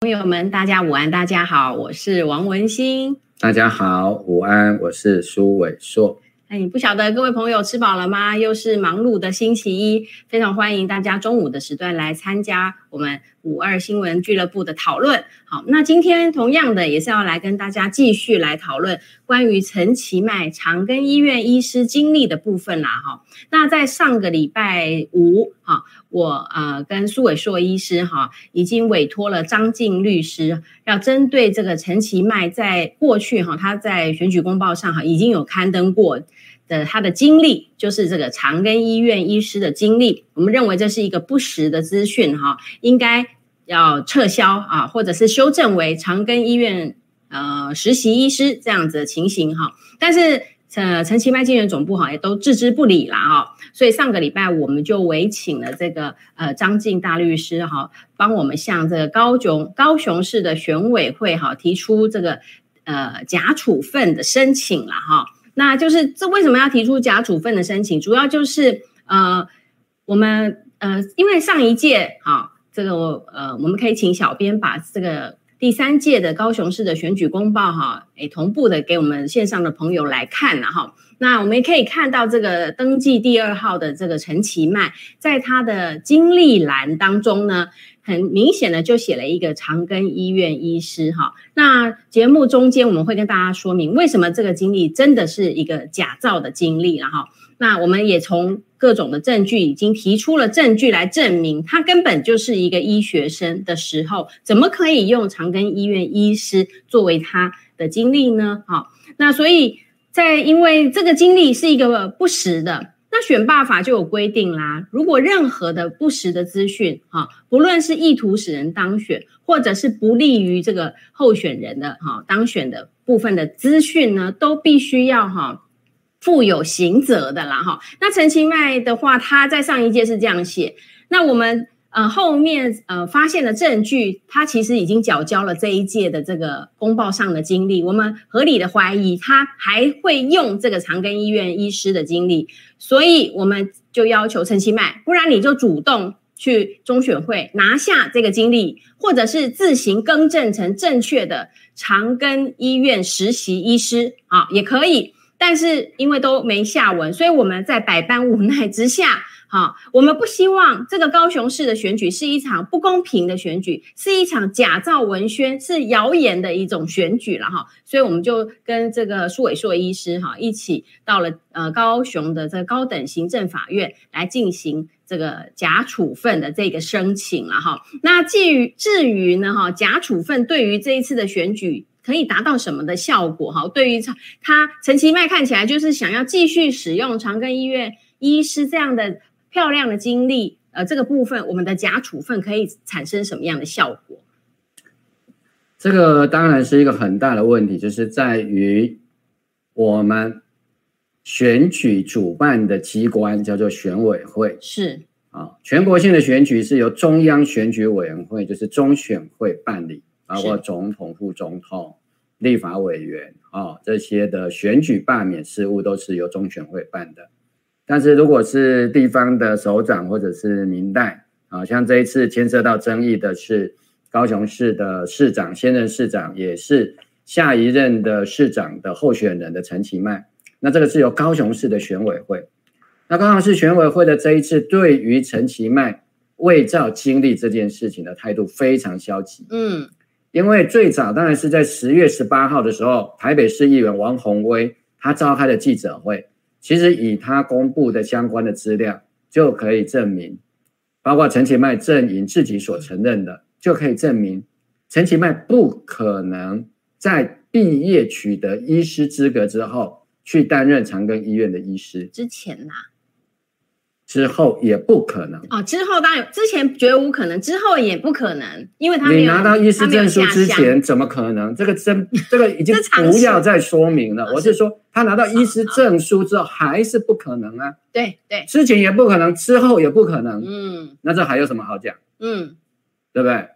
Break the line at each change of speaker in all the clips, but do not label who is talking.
朋友们，大家午安，大家好，我是王文兴。
大家好，午安，我是苏伟硕。
哎，不晓得各位朋友吃饱了吗？又是忙碌的星期一，非常欢迎大家中午的时段来参加我们五二新闻俱乐部的讨论。好，那今天同样的也是要来跟大家继续来讨论关于陈其迈长庚医院医师经历的部分啦。哈，那在上个礼拜五，哈，我呃跟苏伟硕医师哈已经委托了张静律师，要针对这个陈其迈在过去哈他在选举公报上哈已经有刊登过。的他的经历，就是这个长庚医院医师的经历，我们认为这是一个不实的资讯哈，应该要撤销啊，或者是修正为长庚医院呃实习医师这样子的情形哈。但是呃，陈其迈竞选总部哈也都置之不理啦哈，所以上个礼拜我们就委请了这个呃张静大律师哈，帮我们向这个高雄高雄市的选委会哈提出这个呃假处分的申请了哈。那就是这为什么要提出假处分的申请？主要就是呃，我们呃，因为上一届啊，这个我呃，我们可以请小编把这个第三届的高雄市的选举公报哈，诶，同步的给我们线上的朋友来看了哈。那我们也可以看到这个登记第二号的这个陈其迈，在他的经历栏当中呢。很明显的就写了一个长庚医院医师哈，那节目中间我们会跟大家说明为什么这个经历真的是一个假造的经历，然后那我们也从各种的证据已经提出了证据来证明他根本就是一个医学生的时候，怎么可以用长庚医院医师作为他的经历呢？好，那所以在因为这个经历是一个不实的。那选罢法就有规定啦，如果任何的不实的资讯，哈、啊，不论是意图使人当选，或者是不利于这个候选人的哈、啊、当选的部分的资讯呢，都必须要哈、啊、负有刑责的啦，哈。那陈其迈的话，他在上一届是这样写，那我们呃后面呃发现的证据，他其实已经缴交了这一届的这个公报上的经历，我们合理的怀疑他还会用这个长庚医院医师的经历。所以我们就要求陈其迈，不然你就主动去中选会拿下这个经历，或者是自行更正成正确的长庚医院实习医师啊，也可以。但是因为都没下文，所以我们在百般无奈之下，啊，我们不希望这个高雄市的选举是一场不公平的选举，是一场假造文宣、是谣言的一种选举了哈。所以我们就跟这个苏伟硕医师哈一起到了呃高雄的这个高等行政法院来进行这个假处分的这个申请了哈。那至于至于呢哈，假处分对于这一次的选举。可以达到什么的效果？哈，对于他陈其迈看起来就是想要继续使用长庚医院医师这样的漂亮的经历，呃，这个部分我们的假处分可以产生什么样的效果？
这个当然是一个很大的问题，就是在于我们选举主办的机关叫做选委会，
是
啊，全国性的选举是由中央选举委员会，就是中选会办理。包括总统、副总统、立法委员啊、哦、这些的选举罢免事务都是由中选会办的，但是如果是地方的首长或者是民代啊，像这一次牵涉到争议的是高雄市的市长，现任市长也是下一任的市长的候选人的陈其迈，那这个是由高雄市的选委会，那高雄市选委会的这一次对于陈其迈伪造经历这件事情的态度非常消极，
嗯。
因为最早当然是在十月十八号的时候，台北市议员王宏威他召开的记者会，其实以他公布的相关的资料就可以证明，包括陈其迈阵营自己所承认的，就可以证明陈其迈不可能在毕业取得医师资格之后去担任长庚医院的医师，
之前呐、啊，
之后也不可能
哦，之后当然之前绝无可能，之后也不可能，因为他
你拿到医师证书之前，怎么可能？这个 真这个已经不要再说明了。我是说，他拿到医师证书之后，还是不可能啊。
对对，
之前也不可能，之后也不可能。
嗯，
那这还有什么好讲？
嗯，
对不对？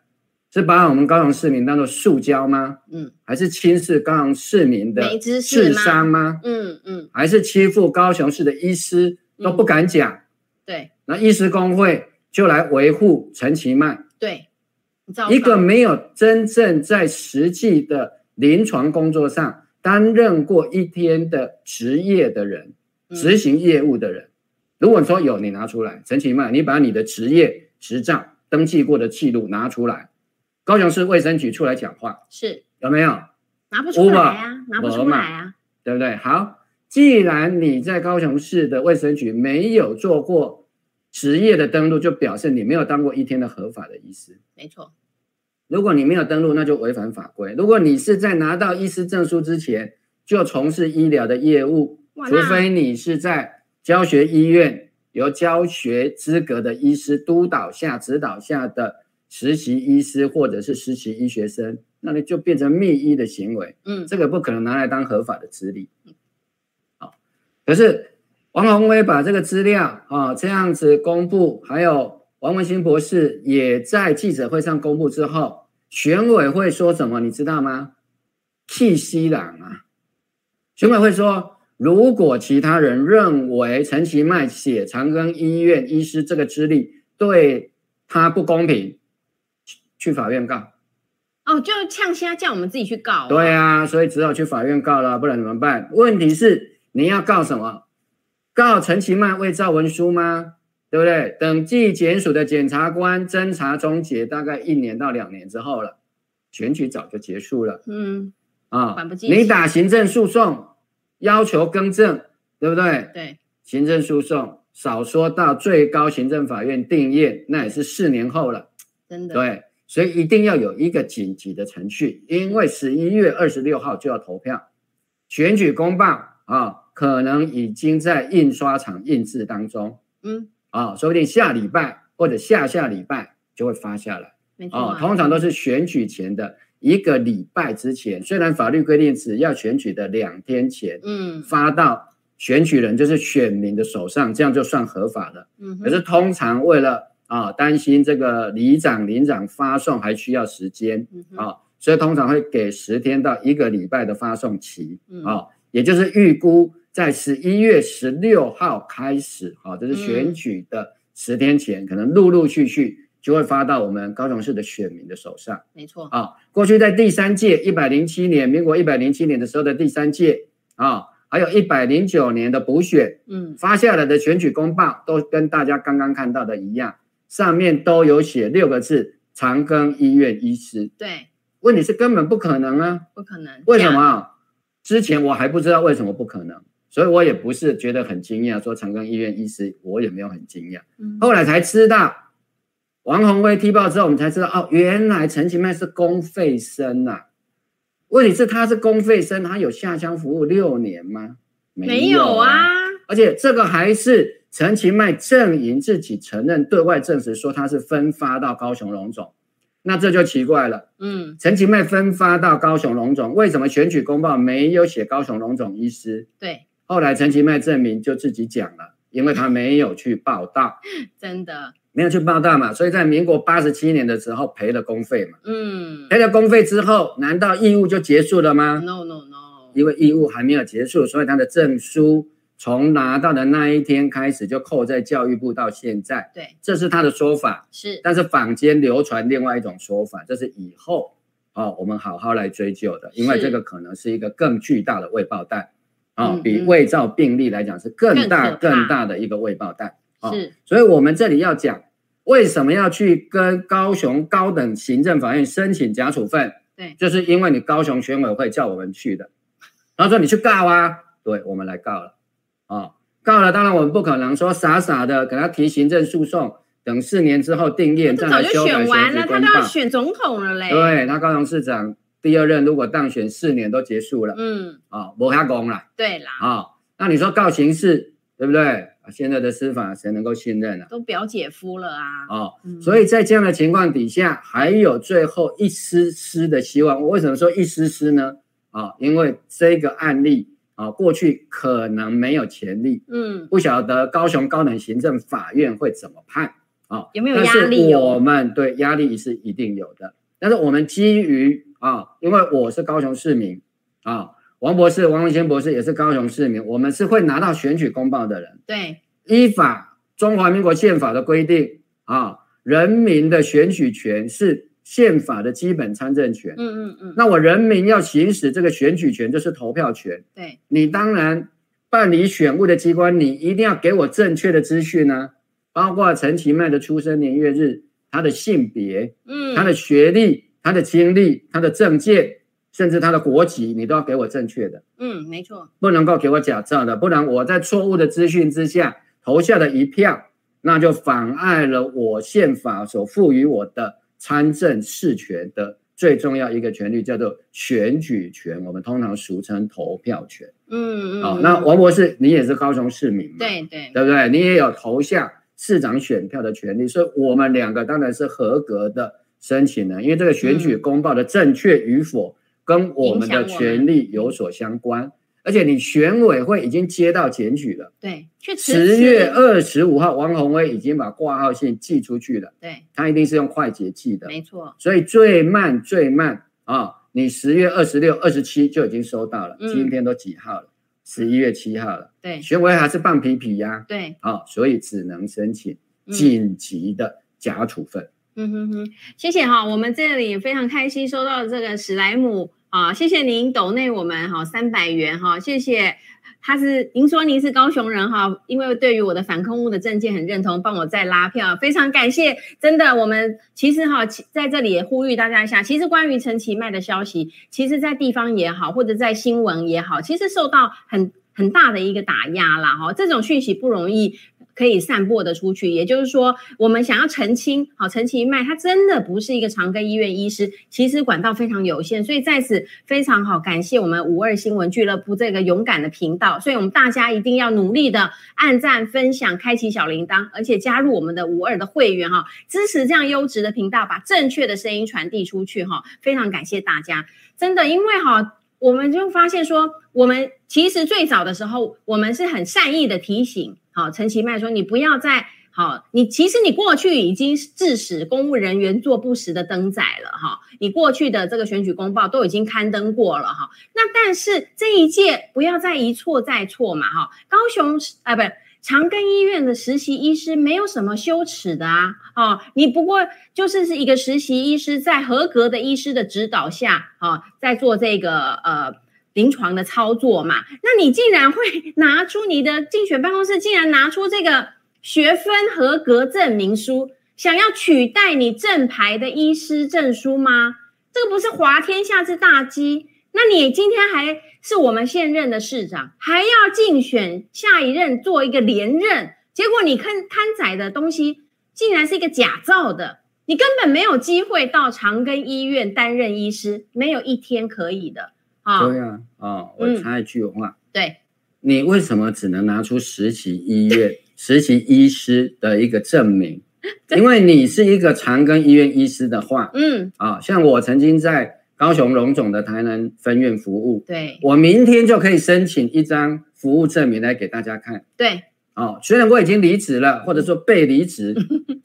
是把我们高雄市民当做塑胶吗？
嗯，
还是轻视高雄市民的
没知识
智商吗？
嗯嗯，
还是欺负高雄市的医师都不敢讲？
对，
那医师工会就来维护陈其迈，
对，你知道
一个
吗
没有真正在实际的临床工作上担任过一天的职业的人，
嗯
执行业务的人，如果说有，你拿出来，陈其迈，你把你的职业执照登记过的记录拿出来，高雄市卫生局出来讲话，
是
有没有？
拿不出来啊，拿
嘛
不出来啊，
对不对？好，既然你在高雄市的卫生局没有做过职业的登录，就表示你没有当过一天的合法的医师。
没错，
如果你没有登录，那就违反法规。如果你是在拿到医师证书之前就从事医疗的业务，
哇
除
那
非你是在教学医院由教学资格的医师督导下、指导下的实习医师或者是实习医学生，那你就变成密医的行为。
嗯，
这个不可能拿来当合法的资历。好，可是王宏威把这个资料啊这样子公布，还有王文新博士也在记者会上公布之后，选委会说什么你知道吗？气息朗啊！选委会说，如果其他人认为陈其迈写长庚医院医师这个资历对他不公平，去去法院告。
哦，就呛虾叫我们自己去告、啊，
对啊，所以只好去法院告了，不然怎么办？问题是你要告什么？告陈其迈伪造文书吗？对不对？等纪检署的检察官侦查终结，大概一年到两年之后了，选举早就结束了
嗯，
啊
管不。进去
你打行政诉讼，要求更正，对不对？
对，
行政诉讼少说到最高行政法院定谳，那也是四年后了。
真的，
对，所以一定要有一个紧急的程序，因为十一月二十六号就要投票，选举公报啊，可能已经在印刷厂印制当中
嗯，
啊，说不定下礼拜或者下下礼拜就会发下来
没错、
啊。通常都是选举前的一个礼拜之前，虽然法律规定只要选举的两天前
嗯
发到选举人就是选民的手上，这样就算合法了。
嗯
可
哼，
是通常为了啊担心这个里长、领长发送还需要时间
嗯哼，
啊，所以通常会给十天到一个礼拜的发送期
嗯
啊，也就是预估在十一月十六号开始啊，这是选
嗯
举的十天前，可能陆陆续续就会发到我们高雄市的选民的手上。
没错，
啊，过去在第三届一百零七年，民国一百零七年的时候的第三届啊，还有一百零九年的补选，
嗯
发下来的选举公报都跟大家刚刚看到的一样，上面都有写六个字“长庚医院医师
对，”。
问题是根本不可能啊！
不可能，
为什
这样？
么？之前我还不知道为什么不可能，所以我也不是觉得很惊讶，说长庚医院医师，我也没有很惊讶。
嗯
后来才知道，王宏威踢爆之后，我们才知道哦，原来陈其迈是公费生啊。问题是他是公费生，他有下乡服务六年吗？
没有啊，
而且这个还是陈其迈阵营自己承认对外证实说他是分发到高雄荣总，那这就奇怪了。
嗯，
陈其迈分发到高雄荣总，为什么选举公报没有写高雄荣总医师？
对，
后来陈其迈证明就自己讲了，因为他没有去报道，
真的，
没有去报道嘛，所以在民国八十七年的时候赔了公费嘛，
嗯
赔了公费之后，难道义务就结束了吗？
，no no no，
因为义务还没有结束，所以他的证书从拿到的那一天开始就扣在教育部到现在，
对，
这是他的说法。
是，
但是坊间流传另外一种说法，这是以后哦，我们好好来追究的，因为
是
这个可能是一个更巨大的未爆弹啊、
嗯
比
嗯
伪造病例来讲是更大
更可怕
更大的一个未爆弹。哦
是，
所以我们这里要讲为什么要去跟高雄高等行政法院申请假处分？
对
就是因为你高雄选委会叫我们去的，然后说你去告啊，对我们来告了，啊、告了，当然我们不可能说傻傻的给他提行政诉讼，等四年之后定谳再
这早
来
就
修改
选完了，
选举
他
公
都
报
要。选总统了嘞，，
对，他高雄市长第二任如果当选四年都结束了
嗯，
啊，没他功了
对啦，
啊。那你说告刑事对不对？啊现在的司法谁能够信任呢、
都表姐夫了啊，
啊？哦，
嗯
所以在这样的情况底下，还有最后一丝丝的希望。我为什么说一丝丝呢？啊，因为这个案例啊，过去可能没有前例，
嗯，
不晓得高雄高等行政法院会怎么判啊？
有没有
但是
压力哦
我们对压力是一定有的，但是我们基于啊，因为我是高雄市民啊，王博士、王文先博士也是高雄市民，我们是会拿到选举公报的人。
对，
依法中华民国宪法的规定啊，人民的选举权是宪法的基本参政权。
嗯嗯嗯，
那我人民要行使这个选举权，就是投票权。
对，
你当然办理选务的机关，你一定要给我正确的资讯啊，包括陈其迈的出生年月日、他的性别、
嗯，
他的学历、他的经历、他的证件，甚至他的国籍，你都要给我正确的，
嗯，没错，
不能够给我假造的，不然我在错误的资讯之下投下的一票，那就妨碍了我宪法所赋予我的参政事权的最重要一个权利，叫做选举权，我们通常俗称投票权。
嗯嗯，
哦，那
嗯
王博士，你也是高雄市民嘛？
对对，
对不对？你也有投下市长选票的权利，所以我们两个当然是合格的申请人，因为这个选举公报的正确与否跟嗯我们的权利有所相关。而且你选委会已经接到检举了，
对，去
十月，二十五号，王宏威已经把挂号信寄出去了，
对，
他一定是用快捷寄的，
没错，
所以最慢最慢啊、你十月二十六、二十七就已经收到了，
嗯
今天都几号了？十一月七号了，
对
选委还是半皮皮呀、
对，
啊、所以只能申请
嗯
紧急的假处分。
嗯哼哼，谢谢哈，我们这里也非常开心收到这个史莱姆啊，谢谢您抖内我们哈三百元哈，谢谢。他是您说您是高雄人哈，因为对于我的反空屋的证件很认同，帮我再拉票，非常感谢。真的，我们其实哈，其在这里也呼吁大家一下，其实关于陈其迈的消息，其实在地方也好，或者在新闻也好，其实受到很很大的一个打压啦哈，这种讯息不容易。可以散播的出去，也就是说，我们想要澄清，好，陈其迈他真的不是一个长庚医院医师，其实管道非常有限，所以在此非常好感谢我们五二新闻俱乐部这个勇敢的频道，所以我们大家一定要努力的按赞、分享、开启小铃铛，而且加入我们的五二的会员哈，支持这样优质的频道，把正确的声音传递出去哈，非常感谢大家，真的，因为哈，我们就发现说，我们其实最早的时候，我们是很善意的提醒，好，陈其迈说你不要再。好，你其实你过去已经致使公务人员做不实的登载了哈，你过去的这个选举公报都已经刊登过了哈，那但是这一届不要再一错再错嘛哈，高雄市啊不是。长庚医院的实习医师没有什么羞耻的啊，哦，你不过就是是一个实习医师，在合格的医师的指导下，哦，在做这个呃临床的操作嘛。那你竟然会 拿出你的竞选办公室，竟然拿出这个学分合格证明书，想要取代你正牌的医师证书吗？这个不是滑天下之大稽？那你今天还是我们现任的市长，还要竞选下一任做一个连任，结果你看刊载的东西竟然是一个假造的，你根本没有机会到长庚医院担任医师，没有一天可以的啊！
对啊，哦，我
嗯
插一句话，
对，
你为什么只能拿出实习医院、实习医师的一个证明？因为你是一个长庚医院医师的话，
嗯，
啊、像我曾经在高雄荣总的台南分院服务，
对
我明天就可以申请一张服务证明来给大家看。
对，
哦，虽然我已经离职了，
嗯
或者说被 离职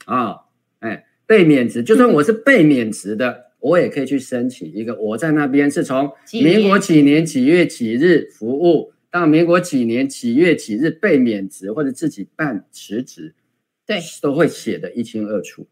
啊、哎，被免职，就算我是被免职的，我也可以去申请一个。我在那边是从
嗯几年
民国几年几月几日服务到民国几年几月几日被免职，或者自己办辞职，
对，
都会写得一清二楚。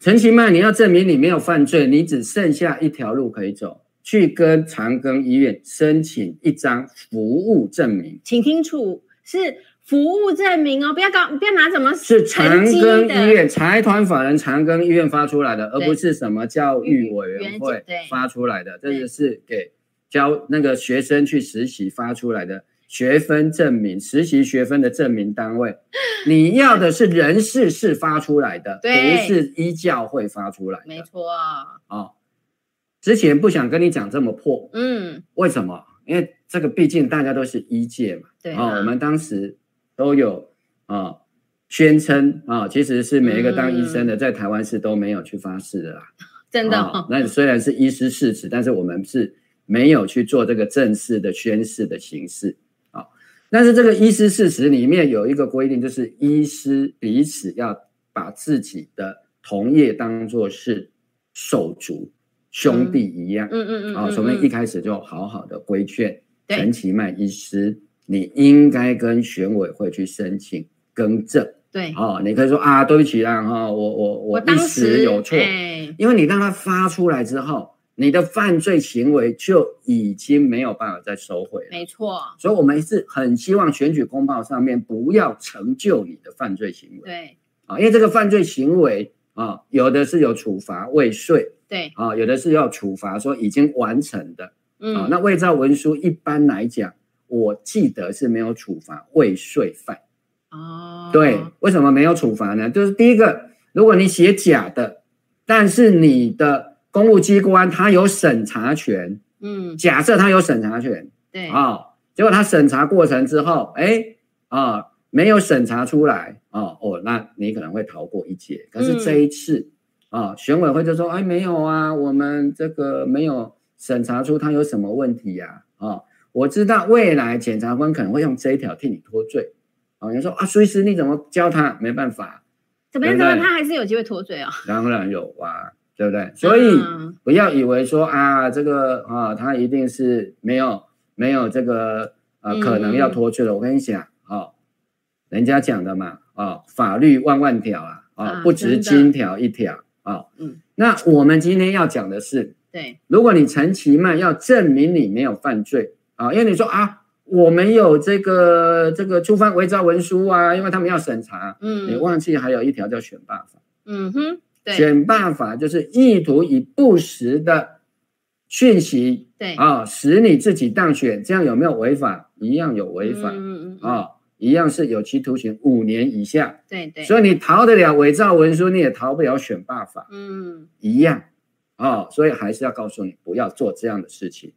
陈其迈，你要证明你没有犯罪，你只剩下一条路可以走，去跟长庚医院申请一张服务证明。
请清楚是服务证明哦，不要搞，不要拿什么
是长
成绩
庚
的
医院财团法人长庚医院发出来的，而
对
不是什么教育委员
原
会
对
发出来的，这
对
个是给教那个学生去实习发出来的学分证明，实习学分的证明 单位。你要的是人事是发出来的，不
对
是医教会发出来
没
的
错，
哦。之前不想跟你讲这么破，
嗯，
为什么？因为这个毕竟大家都是医界嘛。
对
啊、
啊
我们当时都有啊、宣称啊、其实是每一个当医生的、在台湾是都没有去发誓的啦。
嗯真的
啊
哦，
那虽然是医师誓词，但是我们是没有去做这个正式的宣誓的形式啊、但是这个医师誓词里面有一个规定，就是医师彼此要把自己的同业当做是手足兄弟一样。
嗯嗯嗯，
啊，
嗯
所以我
嗯
们一开始就好好的规劝
对
陈其迈医师，你应该跟选委会去申请更正
对，
哦，你可以说啊，对不起啦，哈、我我
我
我
当
一时
时
有错，
哎，
因为你让它发出来之后，你的犯罪行为就已经没有办法再收回了。
没错，
所以，我们是很希望选举公报上面不要成就你的犯罪行为
对
啊，因为这个犯罪行为啊，有的是有处罚未遂
对，
啊，有的是要处罚说已经完成的啊。
嗯，
那伪造文书一般来讲，我记得是没有处罚未遂犯。
哦，
对，为什么没有处罚呢？就是第一个，如果你写假的，但是你的公务机关它有审查权，
嗯，
假设它有审查权
对，
啊、哦，结果它审查过程之后，哎啊、哦没有审查出来哦哦，那你可能会逃过一劫。可
嗯
是这一次啊、哦选委会就说，哎，没有啊，我们这个没有审查出它有什么问题呀、啊，哦，我知道未来检察官可能会用这一条替你脱罪。啊、哦，你说啊，苏医师你怎么教他？没办法，
怎么样？
对
怎
不
么
对
样？他还是有机会脱罪哦。
当然有啊，对不对？所以
嗯
不要以为说啊，这个啊，他一定是没有没有这个呃，
嗯
可能要脱罪了。我跟你讲哦，人家讲的嘛，哦，法律万万条啊，哦，
啊
不
真
止
的
金条一条啊、哦。
嗯，
那我们今天要讲的是，
对，
如果你陈其迈要证明你没有犯罪啊，因为你说啊，我没有这个这个触犯伪造文书啊，因为他们要审查，你
嗯
忘记还有一条叫选罢法。
嗯哼，对
选办法就是意图以不实的讯息
对，
啊、使你自己当选，这样有没有违法？一样有违法啊、
嗯嗯嗯嗯，
哦一样是有期徒刑五年以下。
对对，
所以你逃得了伪造文书，你也逃不了选办法，
嗯
一样啊、哦所以还是要告诉你，不要做这样的事情。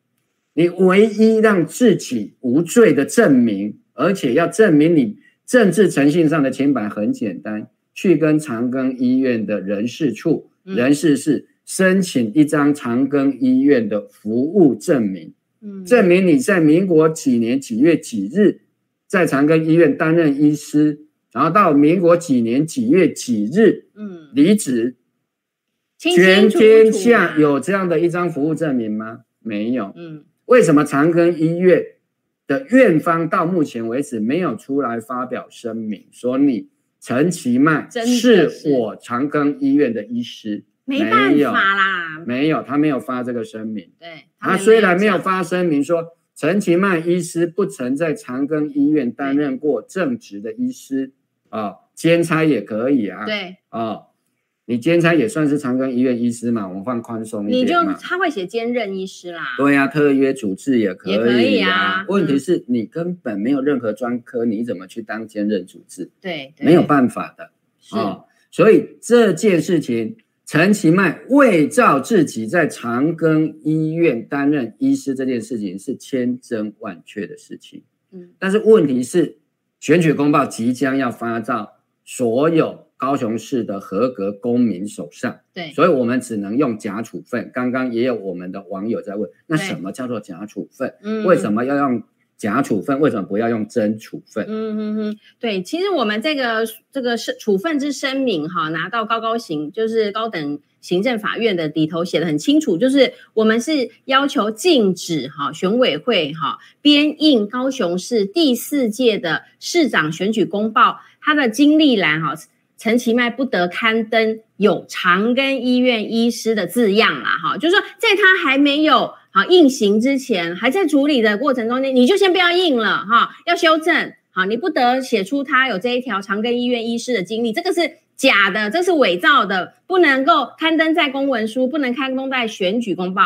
你唯一让自己无罪的证明，而且要证明你政治诚信上的清白，很简单，去跟长庚医院的人事处
嗯
人事室申请一张长庚医院的服务证明，
嗯，
证明你在民国几年几月几日在长庚医院担任医师，然后到民国几年几月几日
嗯，
离职。
清清
全
楚
天
楚
下
嘛，
有这样的一张服务证明吗？没有。
嗯
为什么长庚医院的院方到目前为止没有出来发表声明，说你陈其迈
真的
是
是
我长庚医院的医师？
没办
有
法啦，
没有，他没有发这个声明。
对，
他虽然没有
讲，
发声明说陈其迈医师不曾在长庚医院担任过正职的医师啊、兼差也可以啊。
对，
啊、你兼差也算是长庚医院医师嘛，我们放宽松一
你就
点嘛。
他会写兼任医师啦，
对呀、特约主治也可以、
也
啊，
可以啊
问题
嗯
是你根本没有任何专科，你怎么去当兼任主治？
对，对
没有办法的
是
啊、哦所以这件事情，陈其迈伪造自己在长庚医院担任医师这件事情是千真万确的事情。
嗯
但是问题是，选举公报即将要发到所有高雄市的合格公民手上。
对，
所以我们只能用假处分。刚刚也有我们的网友在问，那
对
什么叫做假处分？
嗯
为什么要用假处分？为什么不要用真处分？
嗯哼哼，对，其实我们这个这个是处分之声明哈，拿到高高行就是高等行政法院的里头写的很清楚，就是我们是要求禁止哈选委会哈编印高雄市第四届的市长选举公报，它的经历栏哈。陈其迈不得刊登有长庚医院医师的字样啦，哈，就是说在他还没有好印行之前，还在处理的过程中间，你就先不要印了哈，要修正好，你不得写出他有这一条长庚医院医师的经历，这个是假的，这是伪造的，不能够刊登在公文书，不能刊登在选举公报。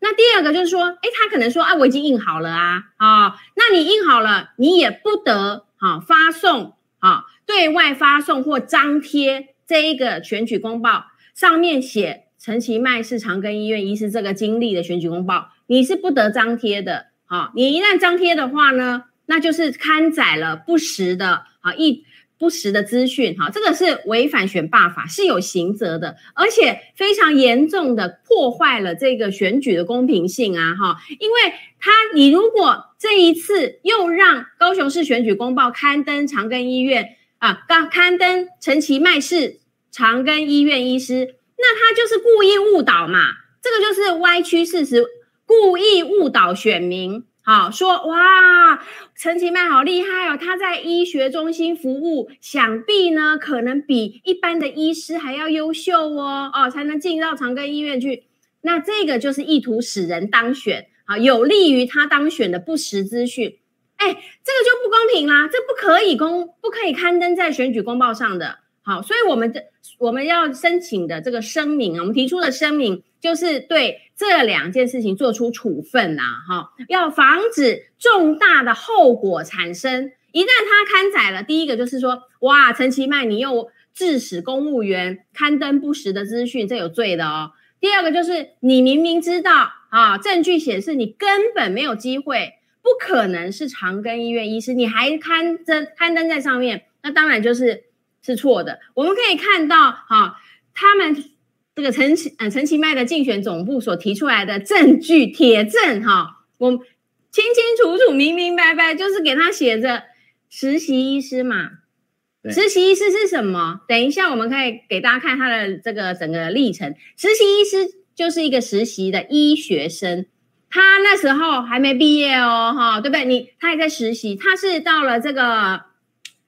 那第二个就是说，诶，他可能说啊，我已经印好了啊，啊、那你印好了，你也不得好、发送啊、对外发送或张贴这一个选举公报，上面写陈其迈是长庚医院医师这个经历的选举公报，你是不得张贴的。好、你一旦张贴的话呢，那就是刊载了不实的啊一不实的资讯，哈、这个是违反选罢法，是有刑责的，而且非常严重的破坏了这个选举的公平性啊，哈、因为他你如果这一次又让高雄市选举公报刊登长庚医院啊，刊刊登陈其迈是长庚医院医师，那他就是故意误导嘛，这个就是歪曲事实，故意误导选民好说哇，陈其迈好厉害哦！他在医学中心服务，想必呢可能比一般的医师还要优秀哦哦，才能进到长庚医院去。那这个就是意图使人当选啊，有利于他当选的不实资讯。哎，这个就不公平啦，这不可以公，不可以刊登在选举公报上的。好，所以我们这我们要申请的这个声明啊，我们提出的声明就是对这两件事情做出处分呐、哈、要防止重大的后果产生。一旦他刊载了，第一个就是说，哇，陈其迈你又致使公务员刊登不实的资讯，这有罪的哦。第二个就是你明明知道啊，证据显示你根本没有机会，不可能是长庚医院医师，你还刊登刊登在上面，那当然就是是错的。我们可以看到，哈、他们这个陈其呃陈其迈的竞选总部所提出来的证据铁证，哈、我们清清楚楚、明明白白，就是给他写着实习医师嘛。
对
实习医师是什么？等一下我们可以给大家看他的这个整个历程。实习医师就是一个实习的医学生，他那时候还没毕业哦，哈，对不对？你他还在实习，他是到了这个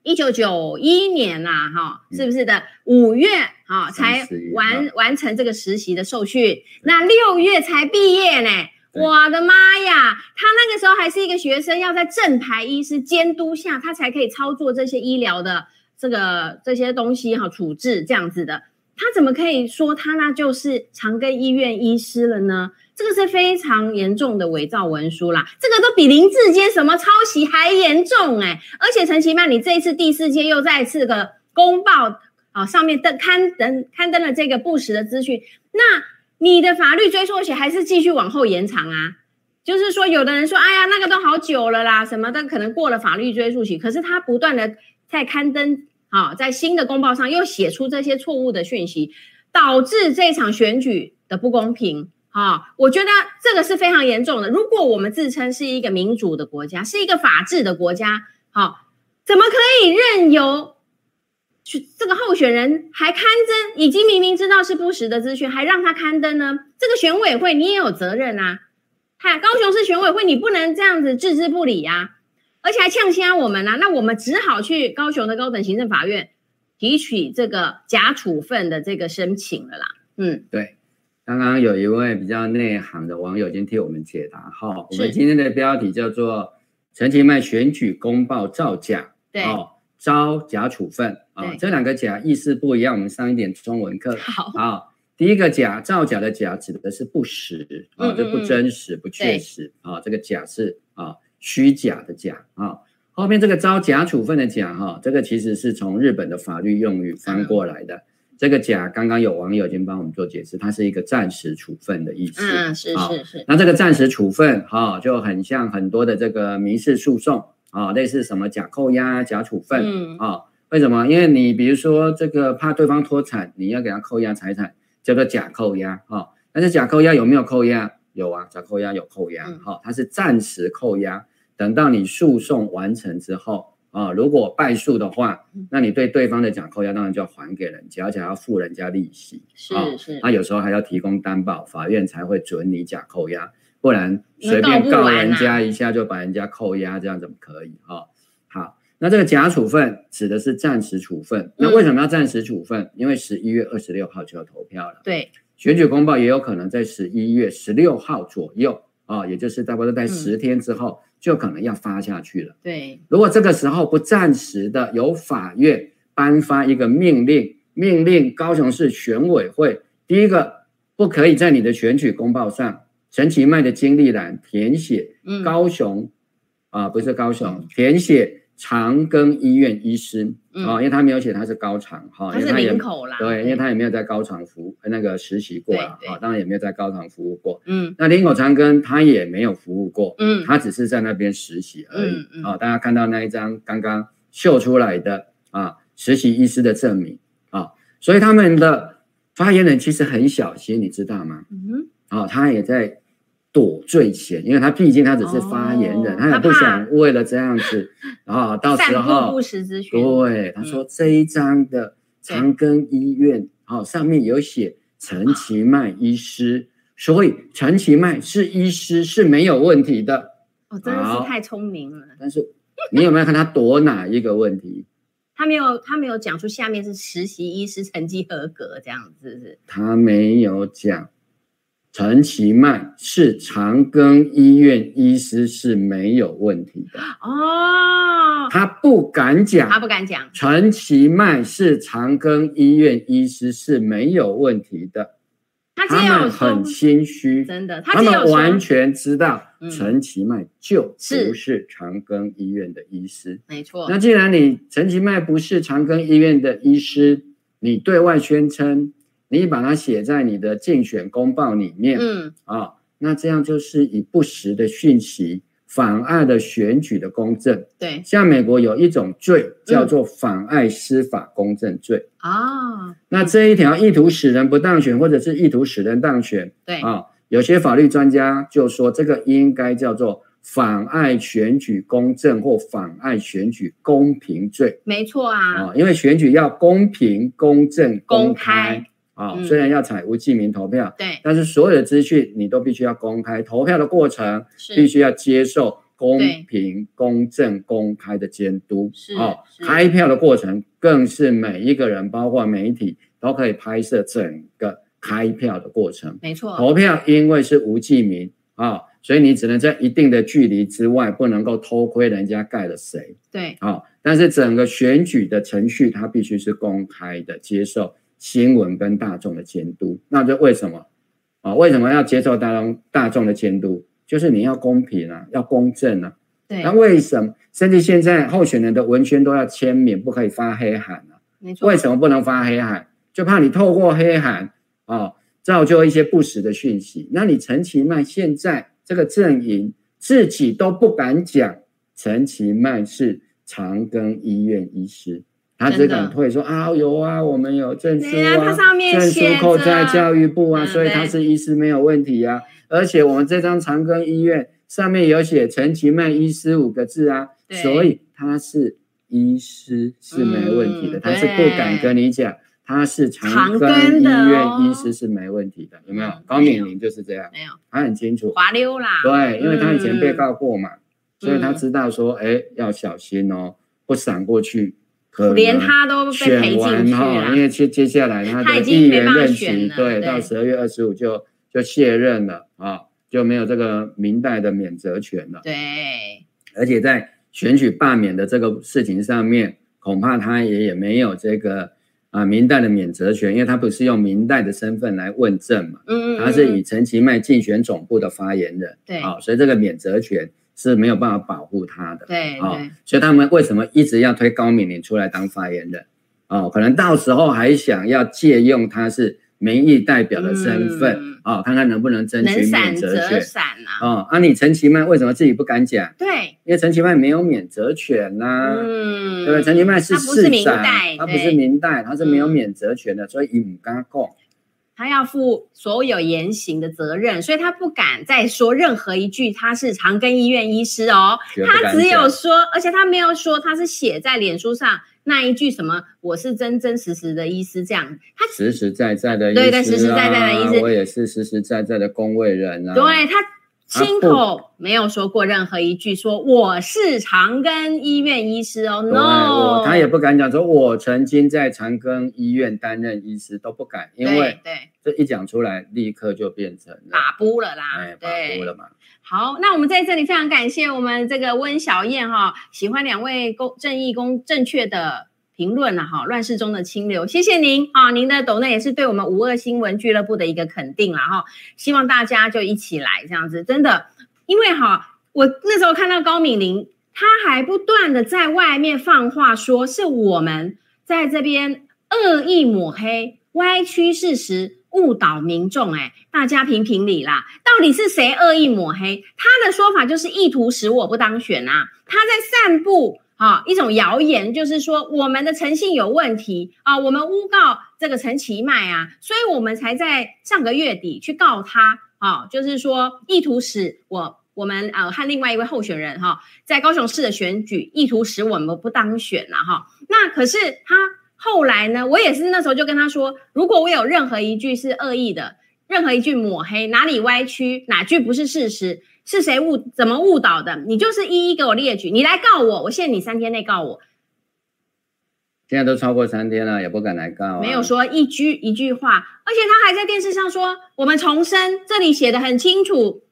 一九九一年啦、哈，
嗯
是不是的？五月啊才
31
完完成这个实习的受训，那六月才毕业呢。
对
我的妈呀！他那个时候还是一个学生，要在正牌医师监督下，他才可以操作这些医疗的这个这些东西哈，处置这样子的。他怎么可以说他那就是长庚医院医师了呢？这个是非常严重的伪造文书啦，这个都比林志坚什么抄袭还严重哎、而且陈其迈，你这一次第四届又再次的公报啊上面登刊登刊登了这个不实的资讯，那你的法律追溯权还是继续往后延长啊？就是说，有的人说，哎呀，那个都好久了啦，什么的，可能过了法律追溯期，可是他不断的在刊登啊，在新的公报上又写出这些错误的讯息，导致这场选举的不公平。啊，我觉得这个是非常严重的。如果我们自称是一个民主的国家，是一个法治的国家，好、怎么可以任由去这个候选人还刊登，已经明明知道是不实的资讯，还让他刊登呢？这个选委会你也有责任啊！嗨，高雄市选委会你不能这样子置之不理啊，而且还呛瞎我们啊！那我们只好去高雄的高等行政法院提取这个假处分的这个申请了啦。嗯，
对，刚刚有一位比较内行的网友已经替我们解答哈。我
是
们今天的标题叫做“陈其迈选举公报造假，
对，
哦，招假处分啊、
对
这两个假意思不一样。我们上一点中文 课
好，
啊、第一个假造假的假指的是不实啊、
嗯嗯
这不真实、不确实啊、这个假是啊、虚假的假啊、后面这个招假处分的假哈、这个其实是从日本的法律用语翻过来
嗯
的。这个假刚刚有网友已经帮我们做解释，它是一个暂时处分的意思。
嗯，是
好
是是，
那这个暂时处分哈、就很像很多的这个民事诉讼啊、类似什么假扣押、假处分啊、
嗯，
为什么？因为你比如说这个怕对方脱产，你要给他扣押财产，叫做假扣押哈、但是假扣押有没有扣押？有啊，假扣押有扣押哈、
嗯
它是暂时扣押，等到你诉讼完成之后啊、如果败诉的话
嗯，
那你对对方的假扣押当然就要还给人家，而且还要付人家利息。
是是，
那有时候还要提供担保，法院才会准你假扣押，不然
那
随
告
便
不
告
完
人
啊
家一下就把人家扣押，这样怎么可以哈、哦？好，那这个假处分指的是暂时处分，那为什么要暂时处分？因为十一月二十六号就要投票了，
对，
选举公报也有可能在十一月十六号左右啊、也就是差不多
嗯
在十天之后、就可能要发下去了。
对，
如果这个时候不暂时的由法院颁发一个命令，命令高雄市选委会，第一个不可以在你的选举公报上陈其迈的经历栏填写
嗯，
高雄啊、不是高雄，填写长庚医院医师啊、
嗯
因为他没有写他是高长哈，
它
因为
是
他也
领口啦，嗯
对，因为他也没有在高长服务那个实习过啊，
对对
啊、当然也没有在高长服务过。
嗯
那林口长庚他也没有服务过，
嗯
他只是在那边实习而已
嗯。嗯
啊，大家看到那一张刚刚秀出来的啊，实习医师的证明啊，所以他们的发言人其实很小心，你知道吗？
嗯，
啊，他也在躲罪嫌，因为他毕竟他只是发言人，
哦
他也不
他怕
想为了这样子啊，到时
散布
候
不实嗯资讯，
对他说这一张的长庚医院啊，上面有写陈其迈医师，所以陈其迈是医师是没有问题的。
我哦真的是太聪明了。
但是你有没有看他躲哪一个问题？
他没有，他没有讲出下面是实习医师成绩合格这样子，是不是？
他没有讲，陈其迈是长庚医院医师是没有问题的，
哦，
他不敢讲
他。不敢讲，
陈其迈是长庚医院医师是没有问题的，
他只
他
有说
们很心虚，
真的，
他
只
们
有
完
说
全知道
嗯
陈其迈就是不是长庚医院的医师。
没错
那，既然你陈其迈不是长庚医院的医师，你对外宣称，你把它写在你的竞选公报里面啊、
嗯，
那这样就是以不实的讯息妨碍了选举的公正。
对
像美国有一种
嗯
罪叫做妨碍司法公正罪，
啊，
那这一条意图使人不当选，或者是意图使人当选
对
啊、有些法律专家就说这个应该叫做妨碍选举公正或妨碍选举公平罪
没错
啊、
啊，
因为选举要公平、公正、
公
公
开
开啊、
嗯
虽然要采无记名投票，
对，
但是所有的资讯你都必须要公开，投票的过程必
是
须要接受公
对
平、公正、公开的监督。
是
哦
是，
开票的过程更是每一个人，包括媒体，都可以拍摄整个开票的过程。
没错，
投票因为是无记名啊、哦所以你只能在一定的距离之外，不能够偷窥人家盖了谁。
对，
啊、但是整个选举的程序，它必须是公开的，接受新闻跟大众的监督。那这为什么啊、为什么要接受大众大众的监督？就是你要公平啊，要公正啊。
对
那，为什么？甚至现在候选人的文宣都要签名，不可以发黑函啊？
没错，
为什么不能发黑函？就怕你透过黑函啊、哦造就一些不实的讯息。那你陈其迈现在这个阵营自己都不敢讲，陈其迈是长庚医院医师，他只
真的
敢推说啊有啊，我们有证书
对呀，它
啊，
上面
证书
写
扣在
着，
教育部啊，
嗯
所以他
对
是医师没有问题啊。而且我们这张长庚医院上面有写陈其迈医师五个字啊，
对
所以他是医师是没问题的，
嗯
他是不敢跟你讲他是长
长庚
庚医
的哦
院医师是没问题的，有没有
嗯？
高敏玲就是这样，
没有
他很清楚，
滑溜啦，
对，因为他以前被
嗯
告过嘛，所以他知道说，哎，要小心哦，不闪过去。可能
连他都被
选
赔进
完
去
哈，
啦
因，为接接下来他
他已
的
经
议
没
员
办法
任
选
期
了对
对到十二月二十五就就卸任了啊，就没有这个明代的免责权了。
对，
而且在选举罢免的这个事情上面，恐怕他也也没有这个啊明代的免责权，因为他不是用明代的身份来问政嘛，
嗯，嗯
他是
嗯
以陈其迈竞选总部的发言人
对
啊，所以这个免责权是没有办法保护他的。
对
啊、
对，
所以他们为什么一直要推高敏玲出来当发言人？哦，可能到时候还想要借用他是民意代表的身份，
嗯
哦，看看能不能争取
能闪
免责
则
权。
闪啊，
哦，啊，你陈其迈为什么自己不敢讲？
对，
因为陈其迈没有免责权呐、
嗯，
对不对？陈其迈是
他不是
市
明
长
代，，
他不
对
是明代，他是没有
嗯
免责权的，所以唔敢讲。
他要负所有言行的责任，所以他不敢再说任何一句他是长庚医院医师哦，
绝不
他
敢
只有
讲
说，而且他没有说他是写在脸书上那一句什么我是真真实实的医师这样，他
实实在在的意思、啊，
对对实实在在的意思
我也是实实在在的工位人啊。
对他亲口没有说过任何一句说我是长庚医院医师哦
对我
，no，
他也不敢讲说，我曾经在长庚医院担任医师都不敢，因为
对对
这一讲出来，立刻就变成了
打不了啦，
哎，把
对
哭了嘛。
好，那我们在这里非常感谢我们这个温小燕哈、喜欢两位公正义公正确的评论了、哈，乱世中的清流，谢谢您啊、您的抖内也是对我们无二新闻俱乐部的一个肯定了哈、希望大家就一起来这样子，真的，因为哈、我那时候看到高敏玲，她还不断的在外面放话说是我们在这边恶意抹黑、歪曲事实、误导民众。哎，大家评评理啦，到底是谁恶意抹黑？他的说法就是意图使我不当选啊，他在散布。啊、一种谣言就是说我们的诚信有问题啊，我们诬告这个陈其迈啊，所以我们才在上个月底去告他啊，就是说意图使我我们呃和另外一位候选人哈、在高雄市的选举，意图使我们不当选了、哈。那可是他后来呢，我也是那时候就跟他说，如果我有任何一句是恶意的，任何一句抹黑，哪里歪曲，哪句不是事实，是谁误怎么误导的，你就是一一给我列举，你来告我，我限你三天内告我，
现在都超过三天了，也不敢来告、啊。
没有说一句一句话，而且他还在电视上说我们重申，这里写的很清楚，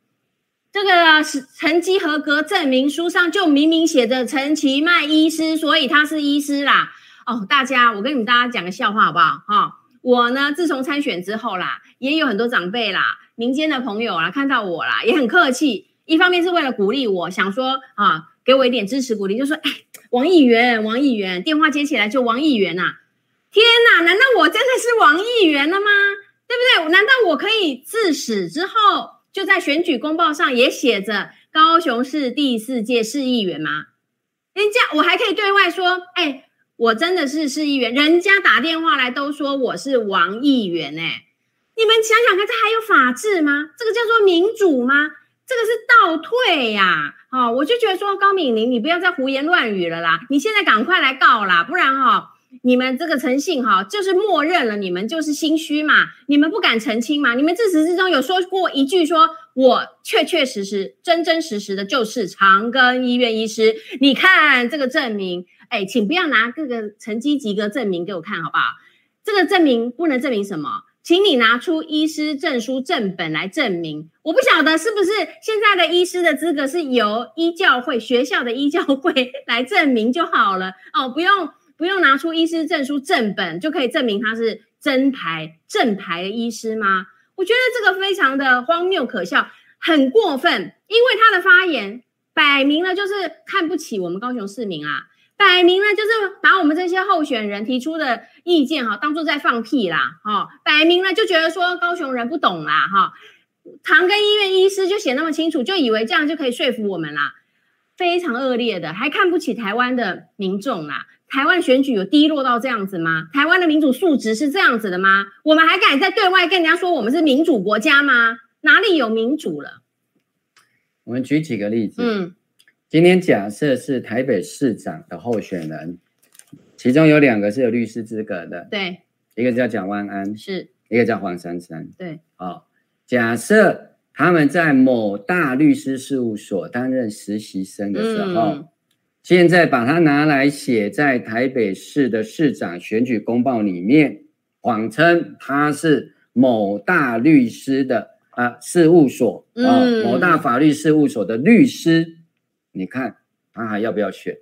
这个是成绩合格证明书上就明明写着陈其迈医师，所以他是医师啦。哦，大家，我跟你们大家讲个笑话好不好？哈、哦，我呢自从参选之后啦，也有很多长辈啦、民间的朋友啦看到我啦，也很客气，一方面是为了鼓励我，想说啊给我一点支持鼓励，就说哎。王议员，王议员，电话接起来就王议员呐、啊！天哪，难道我真的是王议员了吗？对不对？难道我可以自始之后就在选举公报上也写着高雄市第四届市议员吗？人家我还可以对外说，哎，我真的是市议员，人家打电话来都说我是王议员、欸，哎，你们想想看，这还有法治吗？这个叫做民主吗？这个是倒退呀、啊！哦，我就觉得说高敏玲，你不要再胡言乱语了啦！你现在赶快来告啦，不然哈、哦，你们这个诚信哈、哦，就是默认了，你们就是心虚嘛，你们不敢澄清嘛，你们自始至终有说过一句说，我确确实实、真真实实的就是长庚医院医师。你看这个证明，哎，请不要拿各个成绩及格证明给我看好不好？这个证明不能证明什么？请你拿出医师证书正本来证明。我不晓得是不是现在的医师的资格是由医教会、学校的医教会来证明就好了哦，不用不用拿出医师证书正本就可以证明他是真牌正牌的医师吗？我觉得这个非常的荒谬可笑，很过分。因为他的发言摆明了就是看不起我们高雄市民啊，摆明了就是把我们这些候选人提出的。意见哈，当做在放屁啦，哦，摆明了就觉得说高雄人不懂啦，哈、哦，长庚医院医师就写那么清楚，就以为这样就可以说服我们啦，非常恶劣的，还看不起台湾的民众啦，台湾选举有低落到这样子吗？台湾的民主素质是这样子的吗？我们还敢在对外跟人家说我们是民主国家吗？哪里有民主了？
我们举几个例子，
嗯，
今天假设是台北市长的候选人。其中有两个是有律师资格的，
对，
一个叫蒋万安，
是，
一个叫黄珊珊，
对，
哦，假设他们在某大律师事务所担任实习生的时候，
嗯
现在把它拿来写在台北市的市长选举公报里面，谎称他是某大律师的啊、呃事务所啊、哦
嗯
某大法律事务所的律师，你看他还要不要选？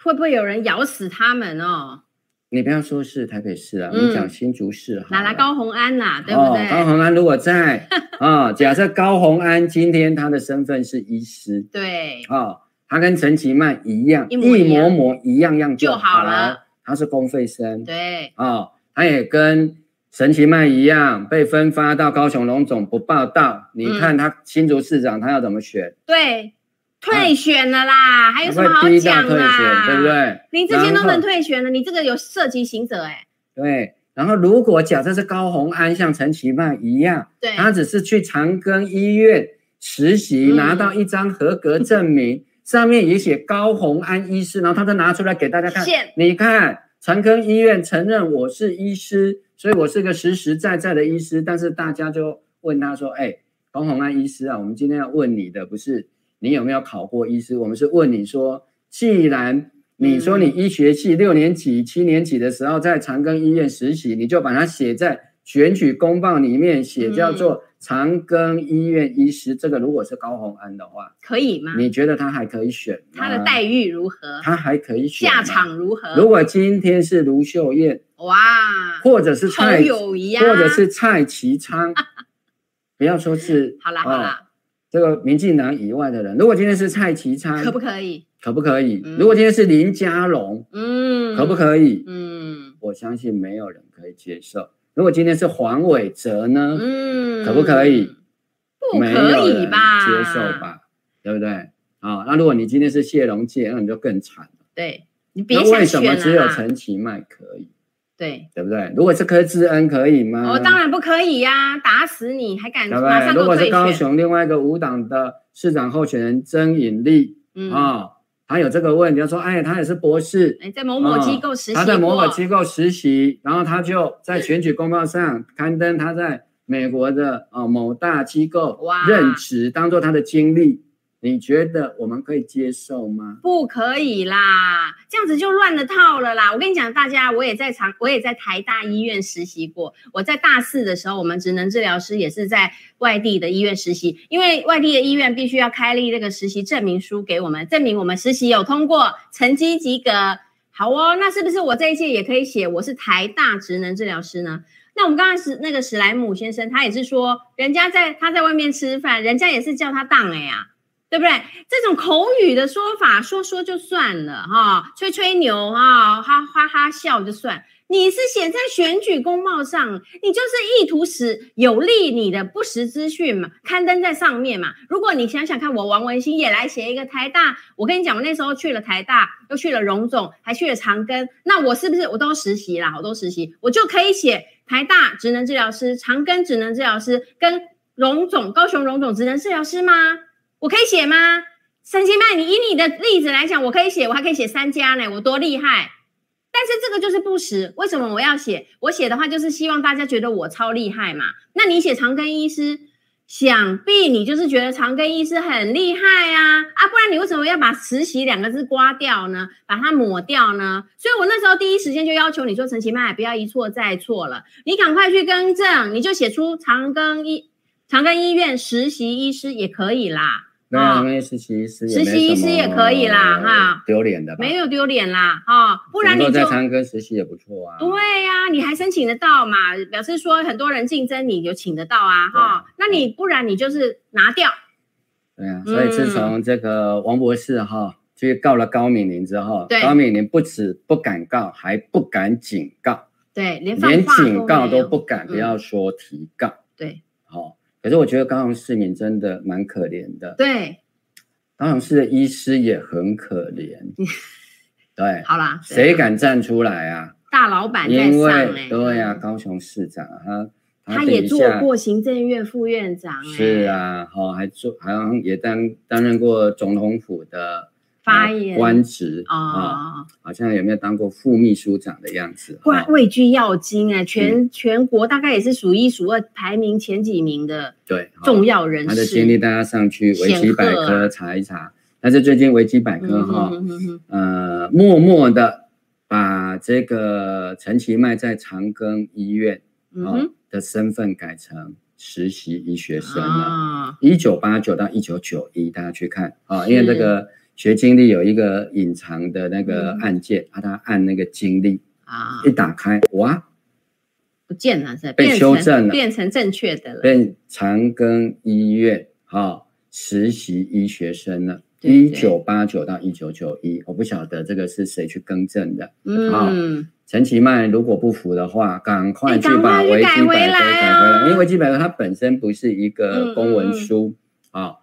会不会有人咬死他们哦？
你不要说是台北市啊，我
嗯
们讲新竹市好
哪
了。
来高红安啦，对不
哦、高
对？
宏安如果在 啊、假设高宏安今天他的身份是医师
对，
啊、哦他跟陈其迈一样，
一模一样
模模一样样就
就好
好
了。
他是公费生
对，
啊、哦他也跟陈其迈一样被分发到高雄龙总不报道。你看
嗯
他新竹市长，他要怎么选？
对，退选了啦，还有什么
他
好
嗯会逼到
讲啊
退选，
啦？
对不？对？
你这些都
然
能
后
退选了，你这个有涉及刑责哎、
对。然后如果假设是高宏安像陈其迈一样，
对，
他只是去长庚医院实习，
嗯
拿到一张合格证 明，上面也写高红安医师，然后他再拿出来给大家看
现。
你看，长庚医院承认我是医师，所以我是个实实在在的医师。但是大家就问他说：“哎，高红安医师啊，我们今天要问你的不是你有没有考过医师，我们是问你说，既然你
嗯
说你医学系六年级、七年级的时候在长庚医院实习，你就把它写在选举公报里面写，
嗯
叫做长庚医院医师。这个如果是高红安的话，
可以吗？
你觉得他还可以选吗？
嗯他的待遇如何？
他还可以选
下。
吗
场如
如
何？
果今天是卢秀燕，
哇，
或者是
好
蔡，
友谊啊！
或者是蔡 其昌，不要说是
好啦
哦
好啦，
这个民进党以外的人，如果今天是蔡其昌，
可不可以？
可不可以？
嗯
如果今天是林佳龙，
嗯，
可不
以？
可以？
嗯
我相信没有人可以接受。如果今天是黄伟哲呢？
嗯，
可不可以？
不
没有
可以
人
吧？
接受？吧，对不对？啊、那如果你今天是谢龙介，那你就更惨了。
对，你别
那
想
为什
选
么
了
只有
啦
陈其迈可以？
对，
对不对？如果是柯志恩可以吗？
哦，当然不可以呀、打死你还敢
对不
马
对？
上
嗯
给
如
我
果
退
是高
选？
雄另外一个无党的市长候选人曾引力啊、
嗯，
他有这个问题，他说：“哎，他也是博士，
哎，在某某机构实习过，
他在某某机构实习，然后他就在选举公报上刊登他在美国的呃某大机构
哇
任职，当做他的经历。你觉得我们可以接受吗？
不可以啦，这样子就乱了套了啦！我跟你讲，大家，我也在长，我也在台大医院实习过。我在大四的时候，我们职能治疗师也是在外地的医院实习，因为外地的医院必须要开立这个实习证明书给我们，证明我们实习有通过，成绩及格。好哦，那是不是我这一届也可以写我是台大职能治疗师呢？那我们刚才是那个史莱姆先生，他也是说，人家在他在外面吃饭，人家也是叫他当哎呀、对不对？这种口语的说法，说说就算了哈、吹吹牛啊，哈哈哈笑就算。你是写在选举公报上，你就是意图使有利你的不实资讯嘛，刊登在上面嘛。如果你想想看，我王文兴也来写一个台大，我跟你讲，我那时候去了台大，又去了荣总，还去了长庚，那我是不是我都实习啦？我都实习，我就可以写台大职能治疗师、长庚职能治疗师跟荣总、高雄荣总职能治疗师吗？我可以写吗？三星脉，你以你的例子来讲，我可以写，我还可以写三家呢，我多厉害！但是这个就是不实，为什么我要写？我写的话就是希望大家觉得我超厉害嘛。那你写长庚医师，想必你就是觉得长庚医师很厉害啊啊，不然你为什么要把实习两个字刮掉呢？把它抹掉呢？所以我那时候第一时间就要求你说，陈其迈不要一错再错了，你赶快去更正，你就写出长庚医长庚医院实习医师也可以啦。
对啊，因为实习医师也没
实习医师
什么
也可以啦哈
丢脸的吧？
没有丢脸啦，哈、不然你
能
就
够在长庚实习也不错啊。
对呀、你还申请得到嘛？表示说很多人竞争，你有请得到啊，
对
哈、那你不然你就是拿掉，
对啊，所以自从这个王博士哈去告了高敏玲之后
对，
高敏玲不止不敢告，还不敢警告，
对，连放
连
话
警告
没有
都不敢，不要说提告。
对
好、哦可是我觉得高雄市民真的蛮可怜的，
对，
高雄市的医师也很可怜。对，
好啦，对
谁敢站出来啊？
大老板在
因
上
为
哎、
对呀、高雄市长啊他
他
底
也做
下
过行政院副院长、哎，
是，啊，哈、还做好像也担担任过总统府的
发
呃
言
官职
哦
啊、
哦，哦
好像有没有当过副秘书长的样子？
哇，
哦
位居要津哎、全、
嗯
全国大概也是数一数二，排名前几名的
对，哦
重要人士。
他的经历大家上去维基百
显赫啊
科查一查。但是最近维基百
嗯
科哈、
哼哼哼
呃，默默的把这个陈其迈在长庚医院
嗯
哦
哼
的身份改成实习医学生了。
啊，
一九八九到一九九一，大家去看啊、因为
是
这个学经历有一个隐藏的那个
嗯
案件，啊，他按那个经历
啊
一打开，哇，
不见了，这
被
变
修
成
正了
变成正确的了。
变长庚医院啊、实习医学生了。
对
一
对
九八九到一九九一，我不晓得这个是谁去更正的。
嗯，
陈其迈如果不服的话，赶快
哎
去
赶快
把
去
维基
改
百科
回
改
来
回
啊
来，因为维基百科它本身不是一
嗯
个
嗯
公
嗯
文书啊、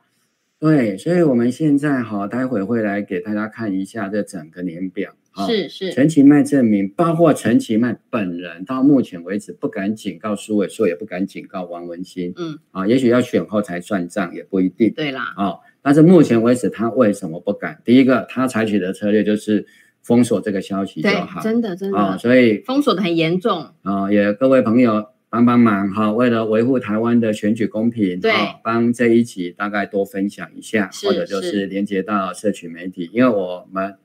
对，所以我们现在哈，待会会来给大家看一下这整个年表啊。
是是，
陈其迈证明，包括陈其迈本人，到目前为止不敢警告苏伟硕，也不敢警告王文兴
嗯，
啊，也许要选后才算账，也不一定。
对啦，
哦，但是目前为止，他为什么不敢？第一个，他采取的策略就是封锁这个消息就
对
好，
真的真
啊、
的
所以
封锁的很严重，
啊、也各位朋友帮帮忙哈、为了维护台湾的选举公平，
对
哦帮这一集大概多分享一下，
是
或者就是是连接到社群媒体，因为我们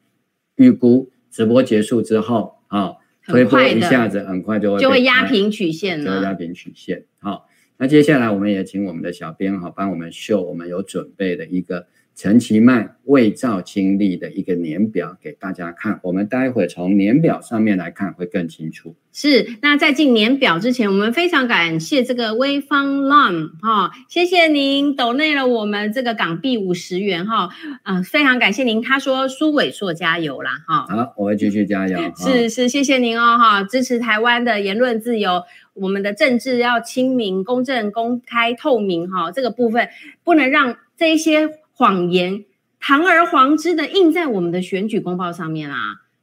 预估直播结束之后啊、推
很
波
快
一下
的
子嗯很快就会
就
被
会压
拍
平曲线
遮压
了。
平曲线。好、那接下来我们也请我们的小编哈、帮我们秀我们有准备的一个陈其迈伪造经历的一个年表给大家看。我们待会从年表上面来看会更清楚。
是，那在进年表之前，我们非常感谢这个微方 Lam 哈、谢谢您抖内了我们这个港币五十元哈，啊、非常感谢您。他说苏伟硕加油啦哈、
好，我会继续加油。哈嗯
是是，谢谢您哦，哈，支持台湾的言论自由，我们的政治要清明、公正、公开、透明，哈，这个部分不能让这一些谎言堂而皇之的印在我们的选举公报上面啊，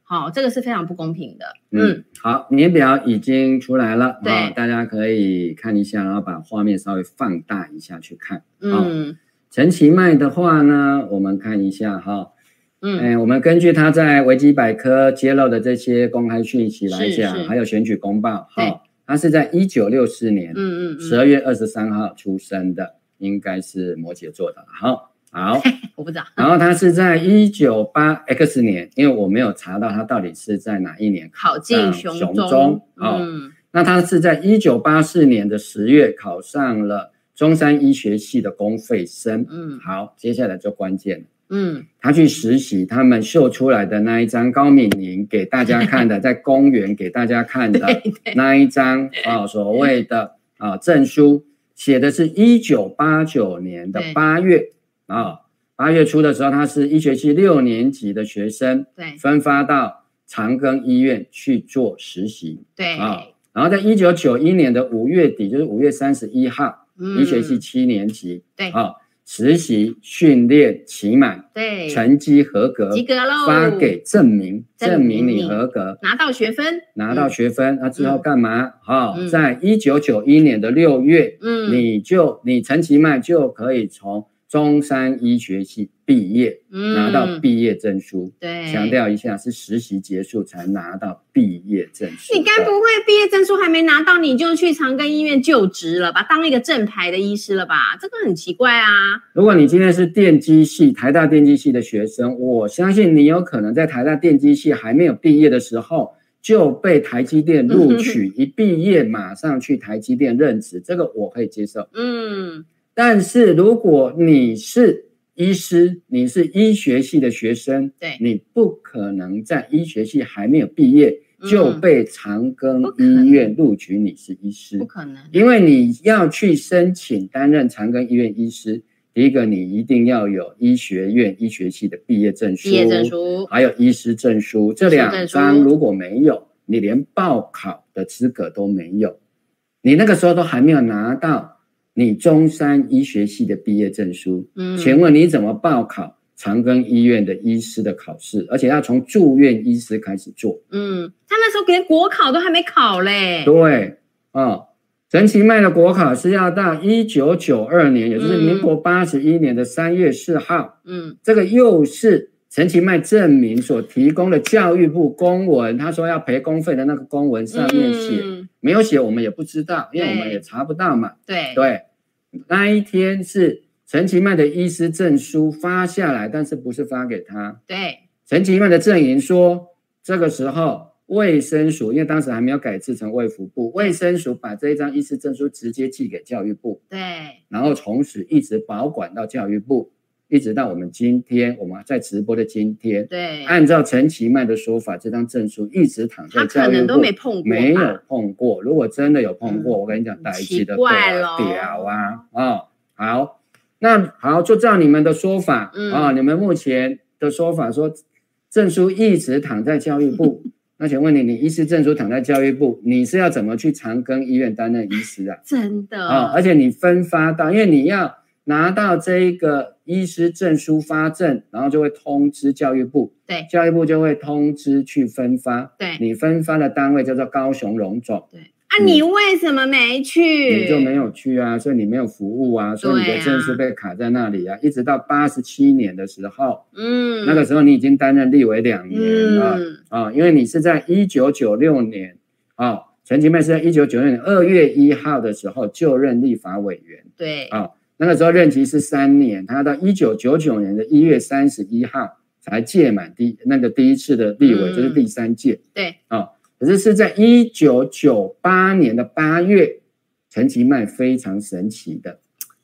好，这个是非常不公平的，嗯，
嗯，好，年表已经出来了，
对
啊大家可以看一下，然后把画面稍微放大一下去看。
嗯
陈其迈的话呢，我们看一下哈、
嗯，
哎，我们根据他在维基百科揭露的这些公开讯息来
是是
讲，还有选举公报，
对
哈、他是在一九六四年
嗯嗯
十
嗯，
二月二十三号出生的，应该是摩羯座的。好，好，
我不知道。
然后他是在一九八哎 X 年，因为我没有查到他到底是在哪一年
考进
上
雄
嗯雄
中，
中哦
嗯，
那他是在一九八四年的十月考上了中山医学系的公费生。
嗯
好，接下来就关键了，
嗯，
他去实习，他们秀出来的那一张高敏玲给大家看 的，在公园给大家看的那一张啊，所谓的啊证书，写的是一九八九年的
对
八月啊，八月初的时候，他是医学系六年级的学生，
对
分发到长庚医院去做实习。
对
啊、然后在一九九一年的五月底，就是五月三十一号，
嗯
医学系七年级，
对
啊、实习训练期满，
对
成绩合格，
及格喽，
发给证明，
证
证
明
明
你
你合格，
拿到学分，
拿到学分，那、之后干嘛？啊、
嗯
在一九九一年的六月，
嗯，
你就你陈其迈就可以从中山医学系毕业，
嗯
拿到毕业证书。
对，
强。调一下，是实习结束才拿到毕业证书的。
你该不会毕业证书还没拿到，你就去长庚医院就职了吧？当一个正牌的医师了吧？这个很奇怪啊。
如果你今天是电机系，台大电机系的学生，我相信你有可能在台大电机系还没有毕业的时候就被台积电录取，
嗯
一毕业马上去台积电任职，这个我可以接受。
嗯，
但是如果你是医师，你是医学系的学生，
对，
你不可能在医学系还没有毕业
嗯
就被长
不
庚
可能
医院录取你是医师，
不可能。
因为你要去申请担任长庚医院医师，第一个你一定要有医学院医学系的毕业证书，
毕业证，书，
还有医师证书，这两
医师证
张
书
如果没有，你连报考的资格都没有，你那个时候都还没有拿到你中山医学系的毕业证书，
嗯，
请问你怎么报考长庚医院的医师的考试？而且要从住院医师开始做。
嗯，他那时候连国考都还没考嘞。
对，哦，陈其迈的国考是要到一九九二年，也就是
嗯
民国八十一年的三月四号，
嗯
这个又是陈其迈证明所提供的教育部公文，他说要赔公费的那个公文上面写、
嗯
没有写，我们也不知道，因为我们
对
也查不到嘛。
对
对，那一天是陈其迈的医师证书发下来，但是不是发给他，
对
陈其迈的阵营说，这个时候卫生署，因为当时还没有改制成卫福部，卫生署把这一张医师证书直接寄给教育部，
对，
然后从此一直保管到教育部，一直到我们今天，我们在直播的今天。
对，
按照陈其迈的说法，这张证书一直躺哎在
他
教
可
育
能
部，
都没碰过吧，
没有碰过。如果真的有碰过，
嗯
我跟你讲，逮
奇
起的
怪咯
屌啊！哦，好，那好，就照你们的说法啊、
嗯
你们目前的说法说，证书一直躺在教育 部。那请问你，你医师证书躺在教育部，你是要怎么去长庚医院担任医师啊？
真的
啊、而且你分发到，因为你要拿到这一个医师证书发证，然后就会通知教育部，
对
教育部就会通知去分发，
对
你分发的单位叫做高雄荣总，
对啊，你为什么没去？
你就没有去啊，所以你没有服务啊，所以你
对
的
啊
证书被卡在那里啊，一直到八十七年的时候，
嗯
那个时候你已经担任立委两年了。
嗯
啊、因为你是在一九九六年啊、陈其迈是在一九九六年二月一号的时候就任立法委员
对
啊、那个时候任期是三年，他到一九九九年的一月三十一号才届满第那个第一次的立委，
嗯
就是第三届
对
啊、可是是在一九九八年的八月，陈其迈非常神奇的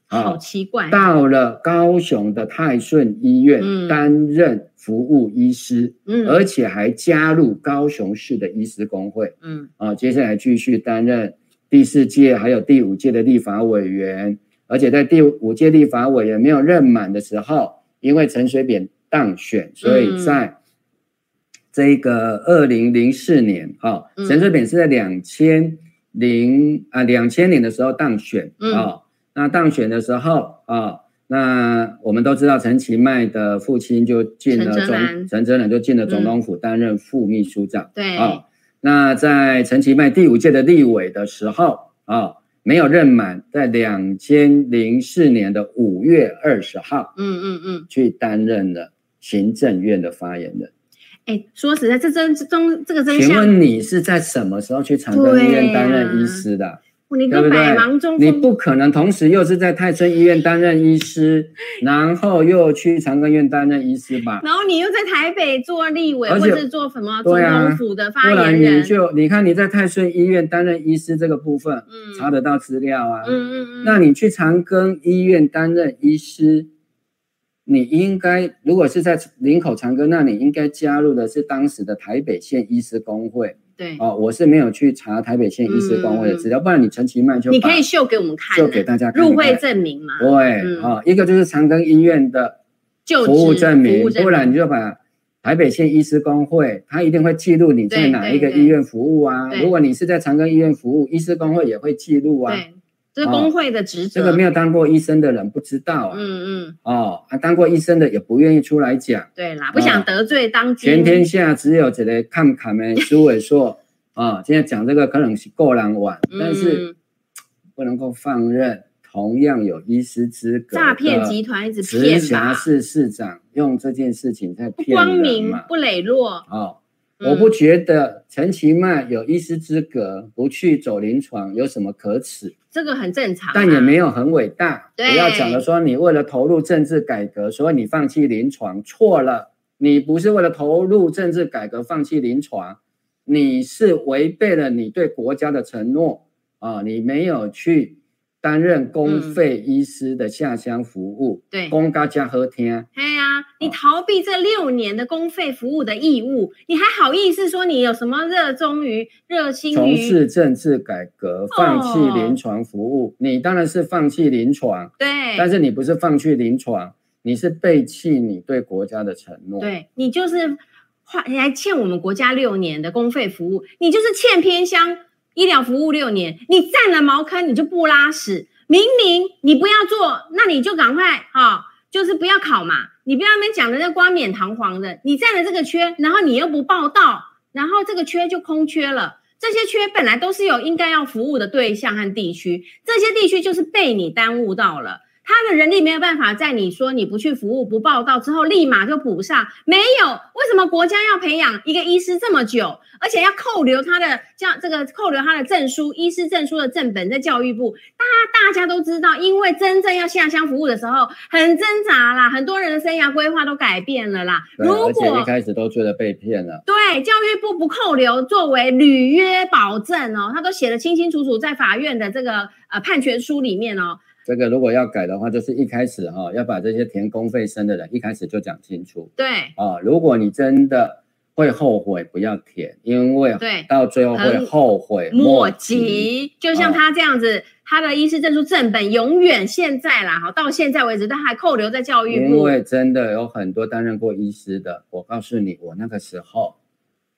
啊、
好奇怪，
到了高雄的泰顺医
嗯
院担任服务医师。
嗯
而且还加入高雄市的医师工会
嗯
啊、接下来继续担任第四届还有第五届的立法委员，而且在第五届立法委员没有任满的时候，因为陈水扁当选，所
嗯
以在这个二零零四年啊、
嗯
陈水扁是在两千零啊两千年的时候当选啊、
嗯
那当选的时候啊、那我们都知道陈其迈的父亲就进
陈
了
哲嗯
总
男
陈哲南就进了总统府担任副秘书长
对
啊、那在陈其迈第五届的立委的时候啊、没有任满，在两千零四年的五月二十号
嗯嗯嗯，
去担任了行政院的发言人。
哎，说实在，这真这中这个真
请
相，
问你是在什么时候去长庚医
对啊
院担任医师的？
你
对
跟
不
百
对
忙中？
你
风
不可能同时又是在泰森医院担任医师，然后又去长庚医院担任医师吧？
然后你又在台北做立委，
而
或
且
是做什么总
对啊
统府的
不
发
然
言
你
人？
就你看你在泰顺医院担任医师这个部分
嗯
查得到资料啊，
嗯嗯嗯，
那你去长庚医院担任医师，你应该如果是在林口长庚，那你应该加入的是当时的台北县医师工会
对，
哦。我是没有去查台北县医师工会的资料，不然你陈其迈就
嗯你
把
可以秀给我们看
就
啊，
给大家看
入
看
会证明嘛，
对
嗯
啊，一个就是长庚医院的
就
服务
职
证
服
明，
务证
不然你就把台北县医师工会，他一定会记录你在
对
哪
对
一个
对
医院服务啊。
对
如果你是在长庚医院服务，医师工会也会记录啊。
对，这是
哦
工会的职责。
这个没有当过医生的人不知道啊，
嗯嗯，
哦，啊，当过医生的也不愿意出来讲。
对啦，不想得罪当今
啊全天下只有这个看看的朱伟硕啊，今天讲这个可能是够难玩，但是
嗯
不能够放任同样有医师资格的
诈骗集团一直
直
骗
辖
吧，
市市长用这件事情在
不
骗
光
人
明
嘛？
不磊落。
哦，
嗯
我不觉得陈其迈有医师资格，不去走临床有什么可耻，
这个很正常啊，
但也没有很伟大。
对
不要讲的说你为了投入政治改革，所以你放弃临床，错了。你不是为了投入政治改革放弃临床，你是违背了你对国家的承诺啊、你没有去担任公
嗯
费医师的下乡服务，
对。
公家加和天。
哎呀，你逃避这六年的公费服务的义务，你还好意思说你有什么热衷于、热心
从
于？
事政治改革，放弃临床服务。你当然是放弃临床，
哦对，
但是你不是放弃临床，你是背弃你对国家的承诺。，
对你就是花，你还欠我们国家六年的公费服务，你就是欠偏乡医疗服务六年，你占了茅坑你就不拉屎，明明你不要做，那你就赶快哈、就是不要考嘛，你不要那边讲的那冠冕堂皇的，你占了这个缺，然后你又不报道，然后这个缺就空缺了。这些缺本来都是有应该要服务的对象和地区，这些地区就是被你耽误到了。他的人力没有办法在你说你不去服务、不报道之后，立马就补上。没有，为什么国家要培养一个医师这么久，而且要扣留他的教这个扣留他的证书、医师证书的正本在教育部？大家大家都知道，因为真正要下乡服务的时候，很挣扎啦，很多人的生涯规划都改变了啦。
对
如果
而且一开始都觉得被骗了。
对，教育部不扣留作为履约保证哦，他都写的清清楚楚，在法院的这个呃判决书里面哦。
这个如果要改的话，就是一开始哈、要把这些填公费生的人一开始就讲清楚
对
啊、如果你真的会后悔，不要填，因为
对，
到最后会
很
后悔
莫
及。嗯
及，就像他这样子，他的医师证书正本永远现在啦，哈，到现在为止，他还扣留在教育
因
部。
为真的有很多担任过医师的，我告诉你，我那个时候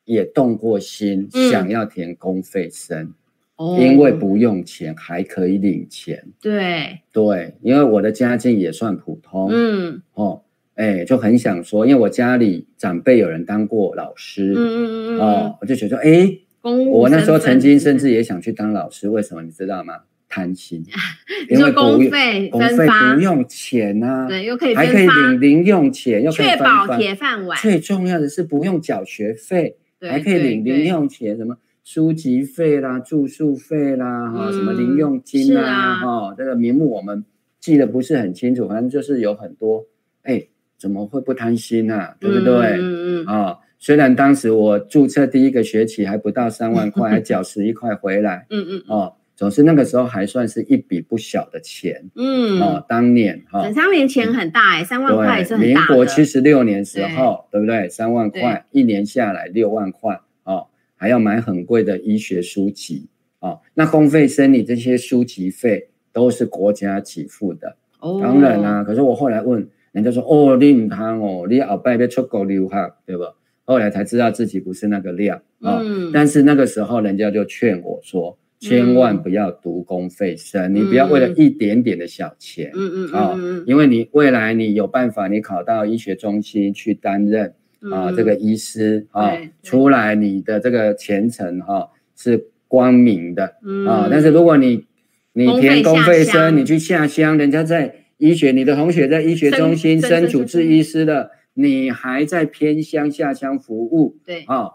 也动过心，
嗯
想要填公费生，
哦
因为不用钱还可以领钱。
对，
对，因为我的家境也算普通、
嗯
哦，哎，就很想说，因为我家里长辈有人当过老师
嗯，嗯嗯嗯嗯，
哦，我就觉得说，哎，
公务
我那时候
身份，
曾经甚至也想去当老师，为什么你知道吗？贪心
你
因为
说
不
公
用
费
公
分
费
发
不，用钱啊，
对，又可以
还可
分
以
发，
领零用钱，又可以
确
分
保
发
铁饭碗，
最重要的是不用缴学费，
对
还可以领零。
对对
用钱，什么书籍费啦、住宿费啦，哈、
嗯
什么零用金
是啊
啦，哈、这个名目我们记得不是很清楚，反正就是有很多，哎，怎么会不贪心啊？对不对？
嗯嗯嗯嗯，
啊、虽然当时我注册第一个学期还不到三万块，还缴十一块回来，
嗯嗯
哦，总之那个时候还算是一笔不小的钱，
嗯，
哦，当年哈。
整三年前很大哎、三万块也是
对，
很
民
大的。
国七十六年时候，对不对？三万块，一年下来六万块哦，还要买很贵的医学书籍哦。那公费生理这些书籍费都是国家给付的，
哦
当然啦、，可是我后来问人家说，哦，你唔贪哦，你后拜要出国留学，对吧？后来才知道自己不是那个料啊、哦
嗯，
但是那个时候，人家就劝我说，千万不要读公费生，你不要为了一点点的小钱，
嗯嗯嗯
哦
嗯嗯
因为你未来你有办法，你考到医学中心去担任
嗯
啊、这个医师啊、
对对
出来你的这个前程哈、是光明的
嗯
啊、但是如果你你
公费
填公
下
费
乡
生，你去下乡，人家在医学，你的同学在医学
生
中心
生
升
生
主
生
治医师的，你还在偏乡下乡服务
对
啊、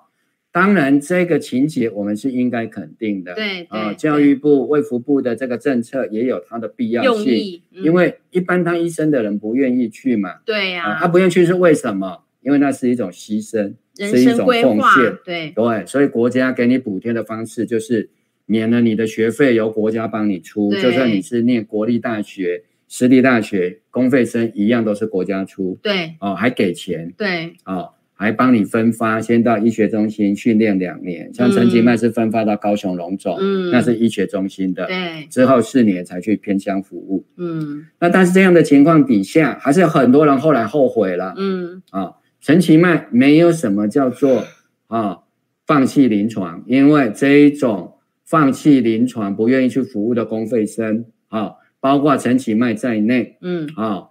当然，这个情节我们是应该肯定的。
对
啊、
对
教育部、卫福部的这个政策也有它的必要
用
性，
意，嗯
因为一般当医生的人不愿意去嘛，
对呀、
啊，他不愿意去是为什么？因为那是一种牺牲，
人
是一
生
种
规
奉
划
献，，
对
对，所以国家给你补贴的方式就是免了你的学费，由国家帮你出，
对
就算你是念国立大学、私立大学，公费生一样都是国家出
对
哦，还给钱
对，
哦，还帮你分发，先到医学中心训练两年，像陈吉迈是分发到高雄荣总，
嗯，
那是医学中心的，
对，
之后四年才去偏乡服务。
嗯
那但是这样的情况底下，还是有很多人后来后悔了，
嗯，
啊，陈其迈没有什么叫做啊放弃临床，因为这一种放弃临床不愿意去服务的公费生啊，包括陈其迈在内
嗯
啊，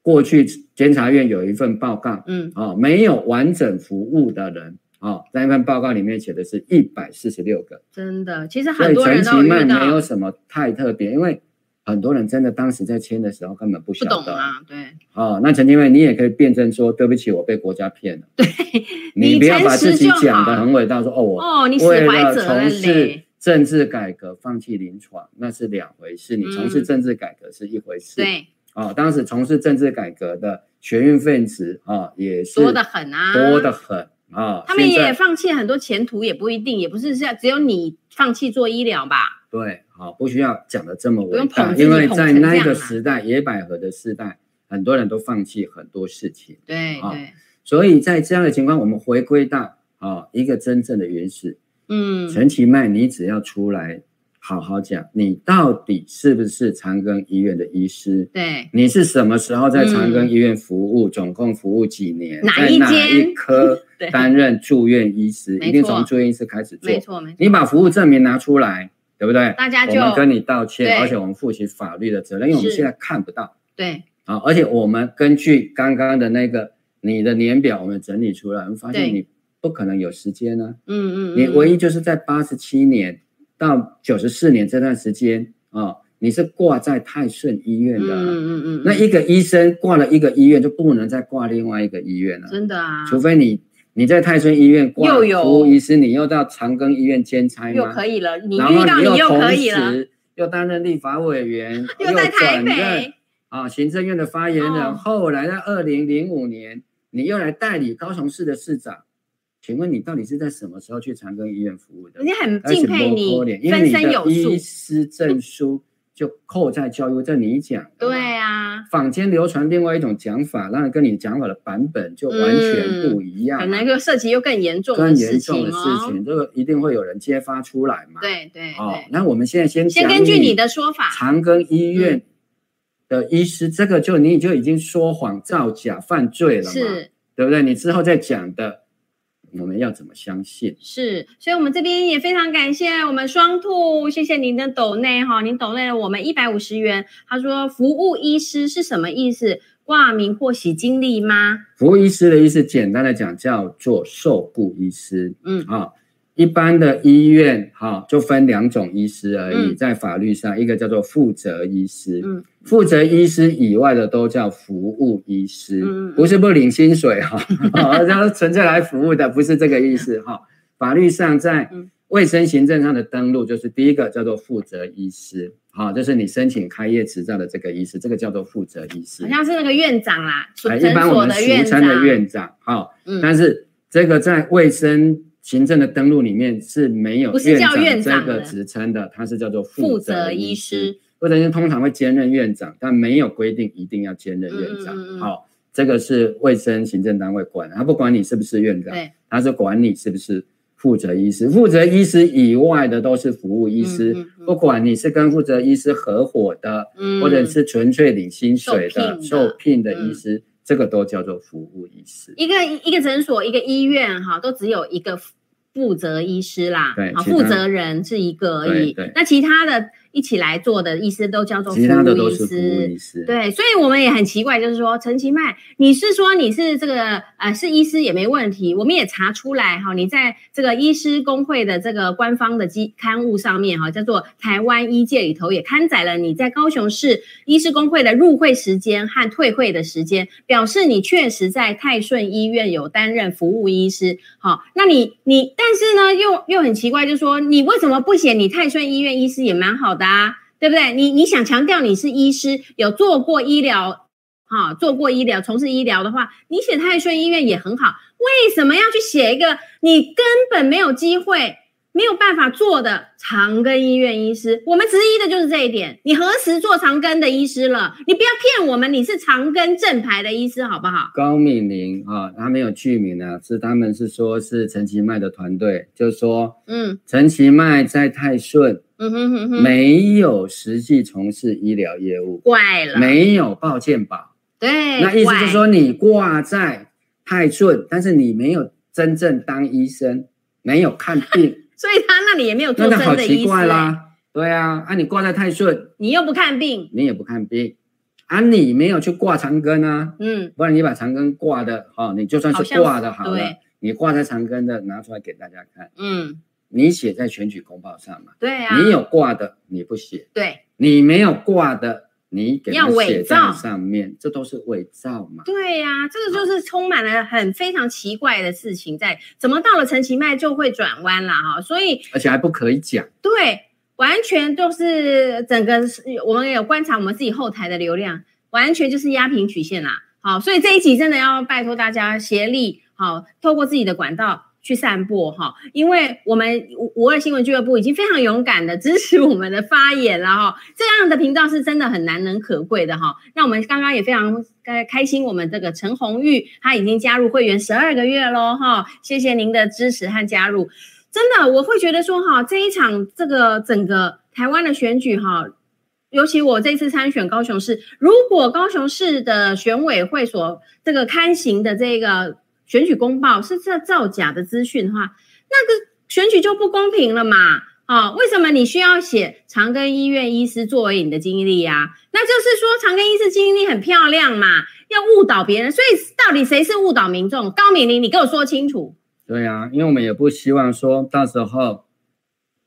过去监察院有一份报告
嗯
啊，没有完整服务的人啊，那份报告里面写的是一百四十六个，
真的，其实
所
很
以
多
陈
人
其
都有
迈
遇
没有
到
什么太特别，因为很多人真的当时在签的时候根本不
不
晓
懂
得。
啊，对，
哦，那陈金惠，你也可以辩证说，对不起，我被国家骗了。对，你不要把自己讲的很伟大，说哦，我
哦，你
为
释怀
了
者了
从事
嘞，
政治改革放弃临床，那是两回事。你从事
嗯
政治改革是一回事。，
对，
哦，当时从事政治改革的学运分子啊、哦，也是
多的很啊，
多得很啊。
他们
现在
也放弃很多前途，也不一定，也不是像只有你放弃做医疗吧？
对，好、不需要讲的这么
不
伟
用
大，
捧自己
因为
捧
在
成这
那
样
个
啊
时代，野百合的时代，很多人都放弃很多事情。
对
啊
对，
所以在这样的情况，我们回归到啊、一个真正的原始
嗯，
陈其迈，你只要出来好好讲，你到底是不是长庚医院的医师？
对，
你是什么时候在长庚
嗯
医院服务？总共服务几年？
哪
在
一
哪
间
一科
对
担任住院医师？
没
一定从
错
住院医师开始做
没。错没错，
你把服务证明拿出来，对不对？
大家
我
就
们跟你道歉，
对
而且我们负起法律的责任，因为我们
是
现在看不到。
对
啊，而且我们根据刚刚的那个你的年表，我们整理出来，我们发
对
现你不可能有时间呢、
嗯嗯，
你
嗯
唯一就是在八十七年到九十四年这段时间啊，你是挂在泰顺医院
嗯
的啊、
嗯嗯，嗯
那一个医生挂了一个医院，就不能再挂另外一个医院了、
真的啊，
除非你你在泰顺医院挂
又有
服务医师，你又到长庚医院兼差
又
吗？
可以了，你
然后
遇到你
又
又
同
可以了，
时又担任立法委员，
又在台
转任
北，
啊，行政院的发言人，
哦
后来在二零零五年，你又来代理高雄市的市长，请问你到底是在什么时候去长庚医院服务的
人？家很
而且
敬佩你
摸摸脸，因为
分
你
身
的
有
医
术，
师证书就扣在教育部，这你讲的嘛
对啊，
坊间流传另外一种讲法，那跟你讲法的版本就完全不一样，啊
可能就涉及又更严重
更
的事
严重
情
的事
哦，
情，这个一定会有人揭发出来嘛？，
对对
哦
对，，
那我们现在先
先
讲
根据你的说法，
长庚医院的医师，这个就你就已经说谎、造假、犯罪了嘛，
是
对不对？你之后再讲的，我们要怎么相信？
是，所以我们这边也非常感谢我们双兔，谢谢您的抖内哈，您抖内了我们一百五十元。他说服务医师是什么意思？挂名或洗经历吗？
服务医师的意思，简单的讲叫做受雇医师
嗯，
啊。一般的医院哈、就分两种医师而已，
嗯
在法律上，一个叫做负责医师，
嗯
负责医师以外的都叫服务医师，
嗯嗯嗯
不是不领薪 水哈，哦他、纯粹来服务的，不是这个意思哈、法律上在
嗯
卫生行政上的登录，就是第一个叫做负责医师，好、就是你申请开业执照的这个医师，这个叫做负责医师
好。像是那个院长啦，
哎
诊
一般我
所
们
的
俗
院
称
长，
的院长，好、
嗯，
但是这个在卫生行政的登录里面是没有
不是叫
院
院
长
长
这个
的
职称的，它是叫做
负
负
责
责
医
医师
师。，
负责医师通常会兼任院长，但没有规定一定要兼任院长。好、
嗯嗯嗯嗯
这个是卫生行政单位管的，他不管你是不是院长，
对，
他是管你是不是负责医师。负责医师以外的都是服务医师，
嗯嗯嗯
不管你是跟负责医师合伙的，
嗯
或者是纯粹领薪水的、
受聘的
受聘的医
嗯
师，这个都叫做服务医师。
一个一个诊所，一个医院哈，都只有一个负责医师啦
对，
好，
其他
负责人是一个而已
对对。
那其他的一起来做的医师都叫做
其他的都
服
是
务
服务医师。
对，所以我们也很奇怪，就是说陈其迈，你是说你是这个呃是医师也没问题，我们也查出来哈，你在这个医师工会的这个官方的机刊物上面哈，叫做《台湾医界》里头也刊载了你在高雄市医师工会的入会时间和退会的时间，表示你确实在泰顺医院有担任服务医师。好，那你你但是呢，又又很奇怪，就是说你为什么不写你泰顺医院医师也蛮好的啊？对不对？你你想强调你是医师，有做过医疗，哈、做过医疗，从事医疗的话，你写泰顺医院也很好。为什么要去写一个你根本没有机会、没有办法做的长庚医院医师？我们质疑的就是这一点。你何时做长庚的医师了？你不要骗我们，你是长庚正牌的医师，好不好？
高敏玲啊，他没有剧名啊，是他们是说是陈其迈的团队，就说
嗯
陈其迈在泰顺
嗯哼哼哼，
没有实际从事医疗业务，
怪了，
没有报健保，
对，
那意思
怪
就是说你挂在泰顺，但是你没有真正当医生，没有看 病，
所以他那里也没有
那
做
那
真
好
的医
奇
师、欸
怪啦。对啊，啊你挂在泰顺，
你又不看病，
你也不看病，啊你没有去挂长庚啊，
嗯。
不然你把长庚挂的哦，你就算
好
是
像
挂的好
对
了，你挂在长庚的拿出来给大家看，
嗯，
你写在选举公报上嘛，
对啊，
你有挂的你不写，
对
你没有挂的你给它
要伪
写在
造
上面，这都是伪造嘛。
对呀、这个就是充满了很非常奇怪的事情在，怎么到了陈其迈就会转弯啦哈，所以
而且还不可以讲，
对，完全就是整个是我们也有观察我们自己后台的流量，完全就是压平曲线啦。好，所以这一集真的要拜托大家协力，好，透过自己的管道。去散播哈，因为我们五五二新闻俱乐部已经非常勇敢的支持我们的发言了哈，这样的频道是真的很难能可贵的哈。那我们刚刚也非常呃开心，我们这个陈红玉她已经加入会员十二个月喽哈，谢谢您的支持和加入。真的，我会觉得说哈，这一场这个整个台湾的选举哈，尤其我这次参选高雄市，如果高雄市的选委会所这个刊行的这个选举公报是这造假的资讯的话，那个选举就不公平了嘛。哦，为什么你需要写长庚医院医师作为你的经历呀、那就是说长庚医师经历很漂亮嘛，要误导别人。所以到底谁是误导民众？高敏玲，你给我说清楚。
对啊，因为我们也不希望说到时候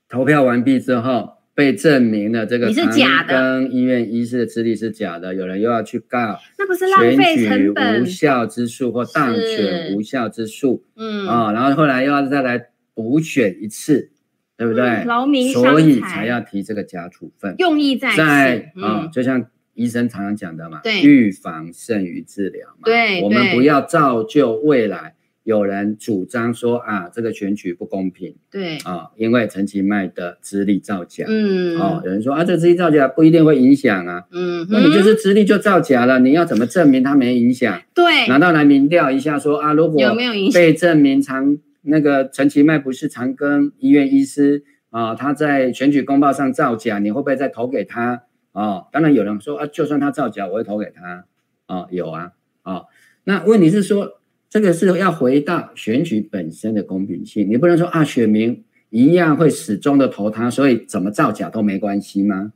投票完毕之后被证明了这个
你是
长
假的
庚医院医师的资历是假的，有人又要去告
那不是浪
选
费
举
成
无
本？
效之诉或当选
是
无效之诉
嗯，
啊、然后后来又要再来补选一次，对不对？
嗯劳民伤财
所以才要提这个假处分，
用意在此。
在啊、
嗯，
就像医生常常讲的嘛，
对
预防胜于治疗嘛。
对
我们
对
不要造就未来有人主张说啊，这个选举不公平
对，
啊，因为陈其迈的资历造假。
嗯，
哦，有人说啊，这资历造假不一定会影响啊，
嗯哼，
那你就是资历就造假了，你要怎么证明它没影响？
对，
难道来民调一下说啊，如果
有没有影响？
被证明长那个陈其迈不是长庚医院医师啊，他在选举公报上造假，你会不会再投给他啊？当然有人说啊，就算他造假，我会投给他啊，有啊啊。那问题是说，这个是要回到选举本身的公平性，你不能说啊，选民一样会始终的投他，所以怎么造假都没关系吗？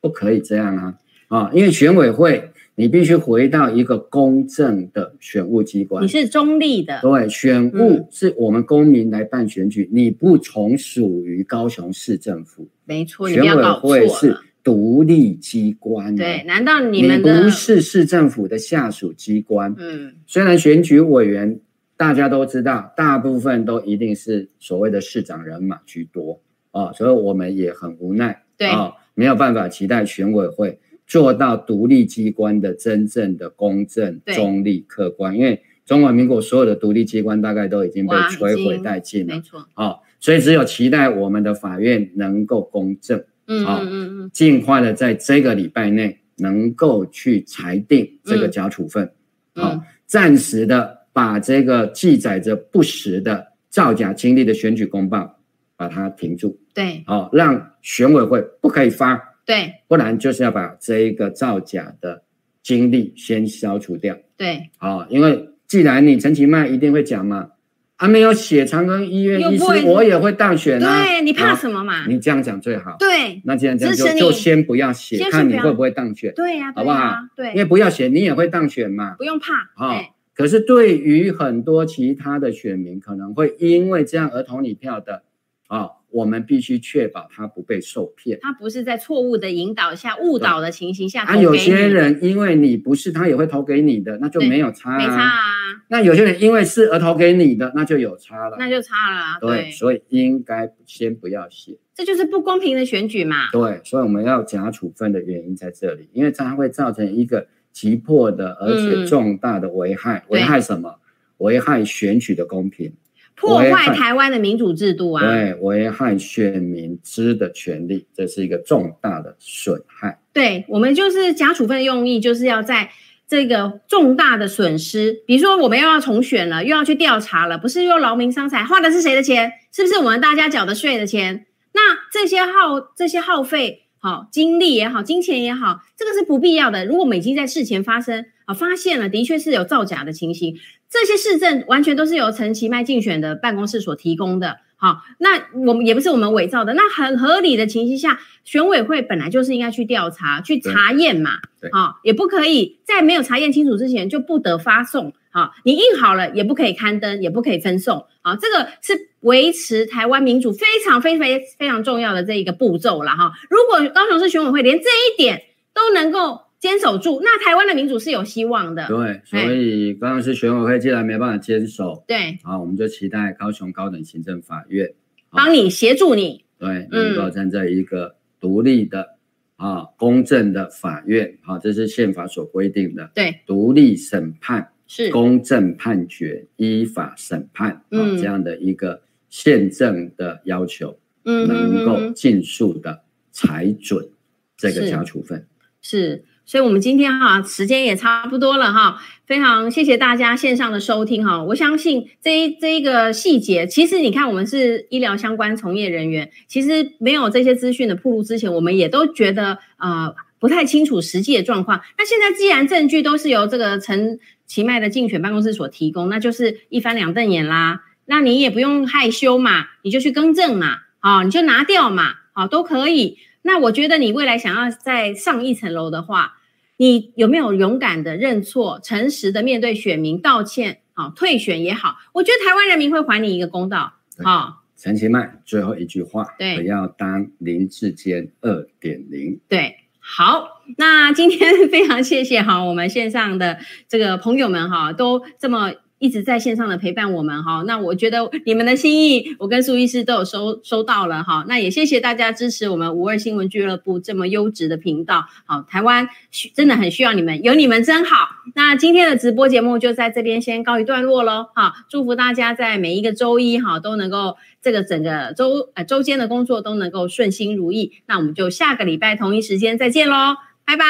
不可以这样啊啊，因为选委会你必须回到一个公正的选务机关
你。是中立的，
对，选
嗯
务是我们公民来办选举，你不从属于高雄市政府，
没错，你
选
不要
委
搞错
会是
了。
独立机关、
对，，难道你
你
们的
不是市政府的下属机关。
嗯
虽然选举委员大家都知道，大部分都一定是所谓的市长人马居多哦，所以我们也很无奈，
对
哦，没有办法期待选委会做到独立机关的真正的公正、
对
中立、客观，因为中华民国所有的独立机关大概都已经被
哇已
摧毁
经
殆尽
没
了，
错，
哦，所以只有期待我们的法院能够公正。
嗯
好
嗯嗯嗯，
尽快的在这个礼拜内能够去裁定这个假处分，
嗯
好、
嗯
暂时的把这个记载着不实的造假经历的选举公报把它停住，
对
好、让选委会不可以发，
对
不然就是要把这一个造假的经历先消除掉，
对，
好、因为既然你陈其迈一定会讲嘛，啊，没有写长庚医院
又
医
不
师
会，
我也会当选啊。
对你怕
好
什么嘛？
你这样讲最好。
对
那既然这样
支
就
持你啊
就先不要写，
先
看
不
你
要
会不会当选，
对呀，
好不好
对呀
因为
对，
不要写你也会当选嘛。
不用怕。
啊、
哎，
可是对于很多其他的选民，可能会因为这样而投你票的啊、我们必须确保他不被受骗。
他不是在错误的引导下、误导的情形下投
啊，
给你，
有些人因为你不是，他也会投给你的，那就
对
没有差、啊。
没差啊，
那有些人因为是而投给你的，那就有差了。
那就差了啊。
对，所以应该先不要写。
这就是不公平的选举嘛。
对，所以我们要假处分的原因在这里，因为它会造成一个急迫的而且
嗯
重大的危害。
对
危害什么？危害选举的公平，
破
我也
坏
看
台湾的民主制度啊！
对，危害选民知的权利，这是一个重大的损害。
对我们就是假处分的用意，就是要在这个重大的损失，比如说我们又要重选了，又要去调查了，不是又劳民伤财，花的是谁的钱？是不是我们大家缴的税的钱？那这些耗这些耗费，好、精力也好，金钱也好，这个是不必要的。如果我们已经在事前发生啊、发现了，的确是有造假的情形，这些市政完全都是由陈其迈竞选的办公室所提供的。好，那我们也不是我们伪造的，那很合理的情形下，选委会本来就是应该去调查、去查验嘛
对，
好、也不可以在没有查验清楚之前就不得发送。好、你印好了也不可以刊登，也不可以分送。啊，这个是维持台湾民主非常非常非常重要的这一个步骤了哈。如果高雄市选委会连这一点都能够坚守住，那台湾的民主是有希望的。
对，
哎
所以高雄市选委会既然没办法坚守，
对，
啊，我们就期待高雄高等行政法院
帮你协助你。
对，
嗯
能够站在一个独立的、啊公正的法院，啊，这是宪法所规定的
对，
独立审判、
是，
公正判决、依法审判啊、
嗯
这样的一个宪政的要求，
嗯哼
能
哼
够
哼，
尽速的裁准这个
是
加处分。
是。所以，我们今天哈、时间也差不多了哈，非常谢谢大家线上的收听哈。我相信这一这一个细节，其实你看，我们是医疗相关从业人员，其实没有这些资讯的铺路之前，我们也都觉得呃不太清楚实际的状况。那现在既然证据都是由这个陈其迈的竞选办公室所提供，那就是一翻两瞪眼啦。那你也不用害羞嘛，你就去更正嘛，啊、你就拿掉嘛，啊、都可以。那我觉得你未来想要再上一层楼的话，你有没有勇敢的认错、诚实的面对选民道歉，啊、退选也好，我觉得台湾人民会还你一个公道，
对
啊、
陈其迈最后一句话，
对
不要当林志坚二点零。
对，好，那今天非常谢谢哈，我们线上的这个朋友们哈，都这么。一直在线上的陪伴我们哈，那我觉得你们的心意，我跟苏医师都有收收到了哈。那也谢谢大家支持我们五二新闻俱乐部这么优质的频道，好，台湾需真的很需要你们，有你们真好。那今天的直播节目就在这边先告一段落喽，哈，祝福大家在每一个周一哈都能够这个整个周呃周间的工作都能够顺心如意。那我们就下个礼拜同一时间再见喽，拜拜。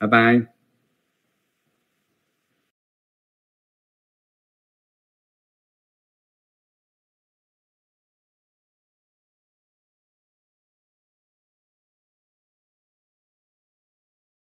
拜拜。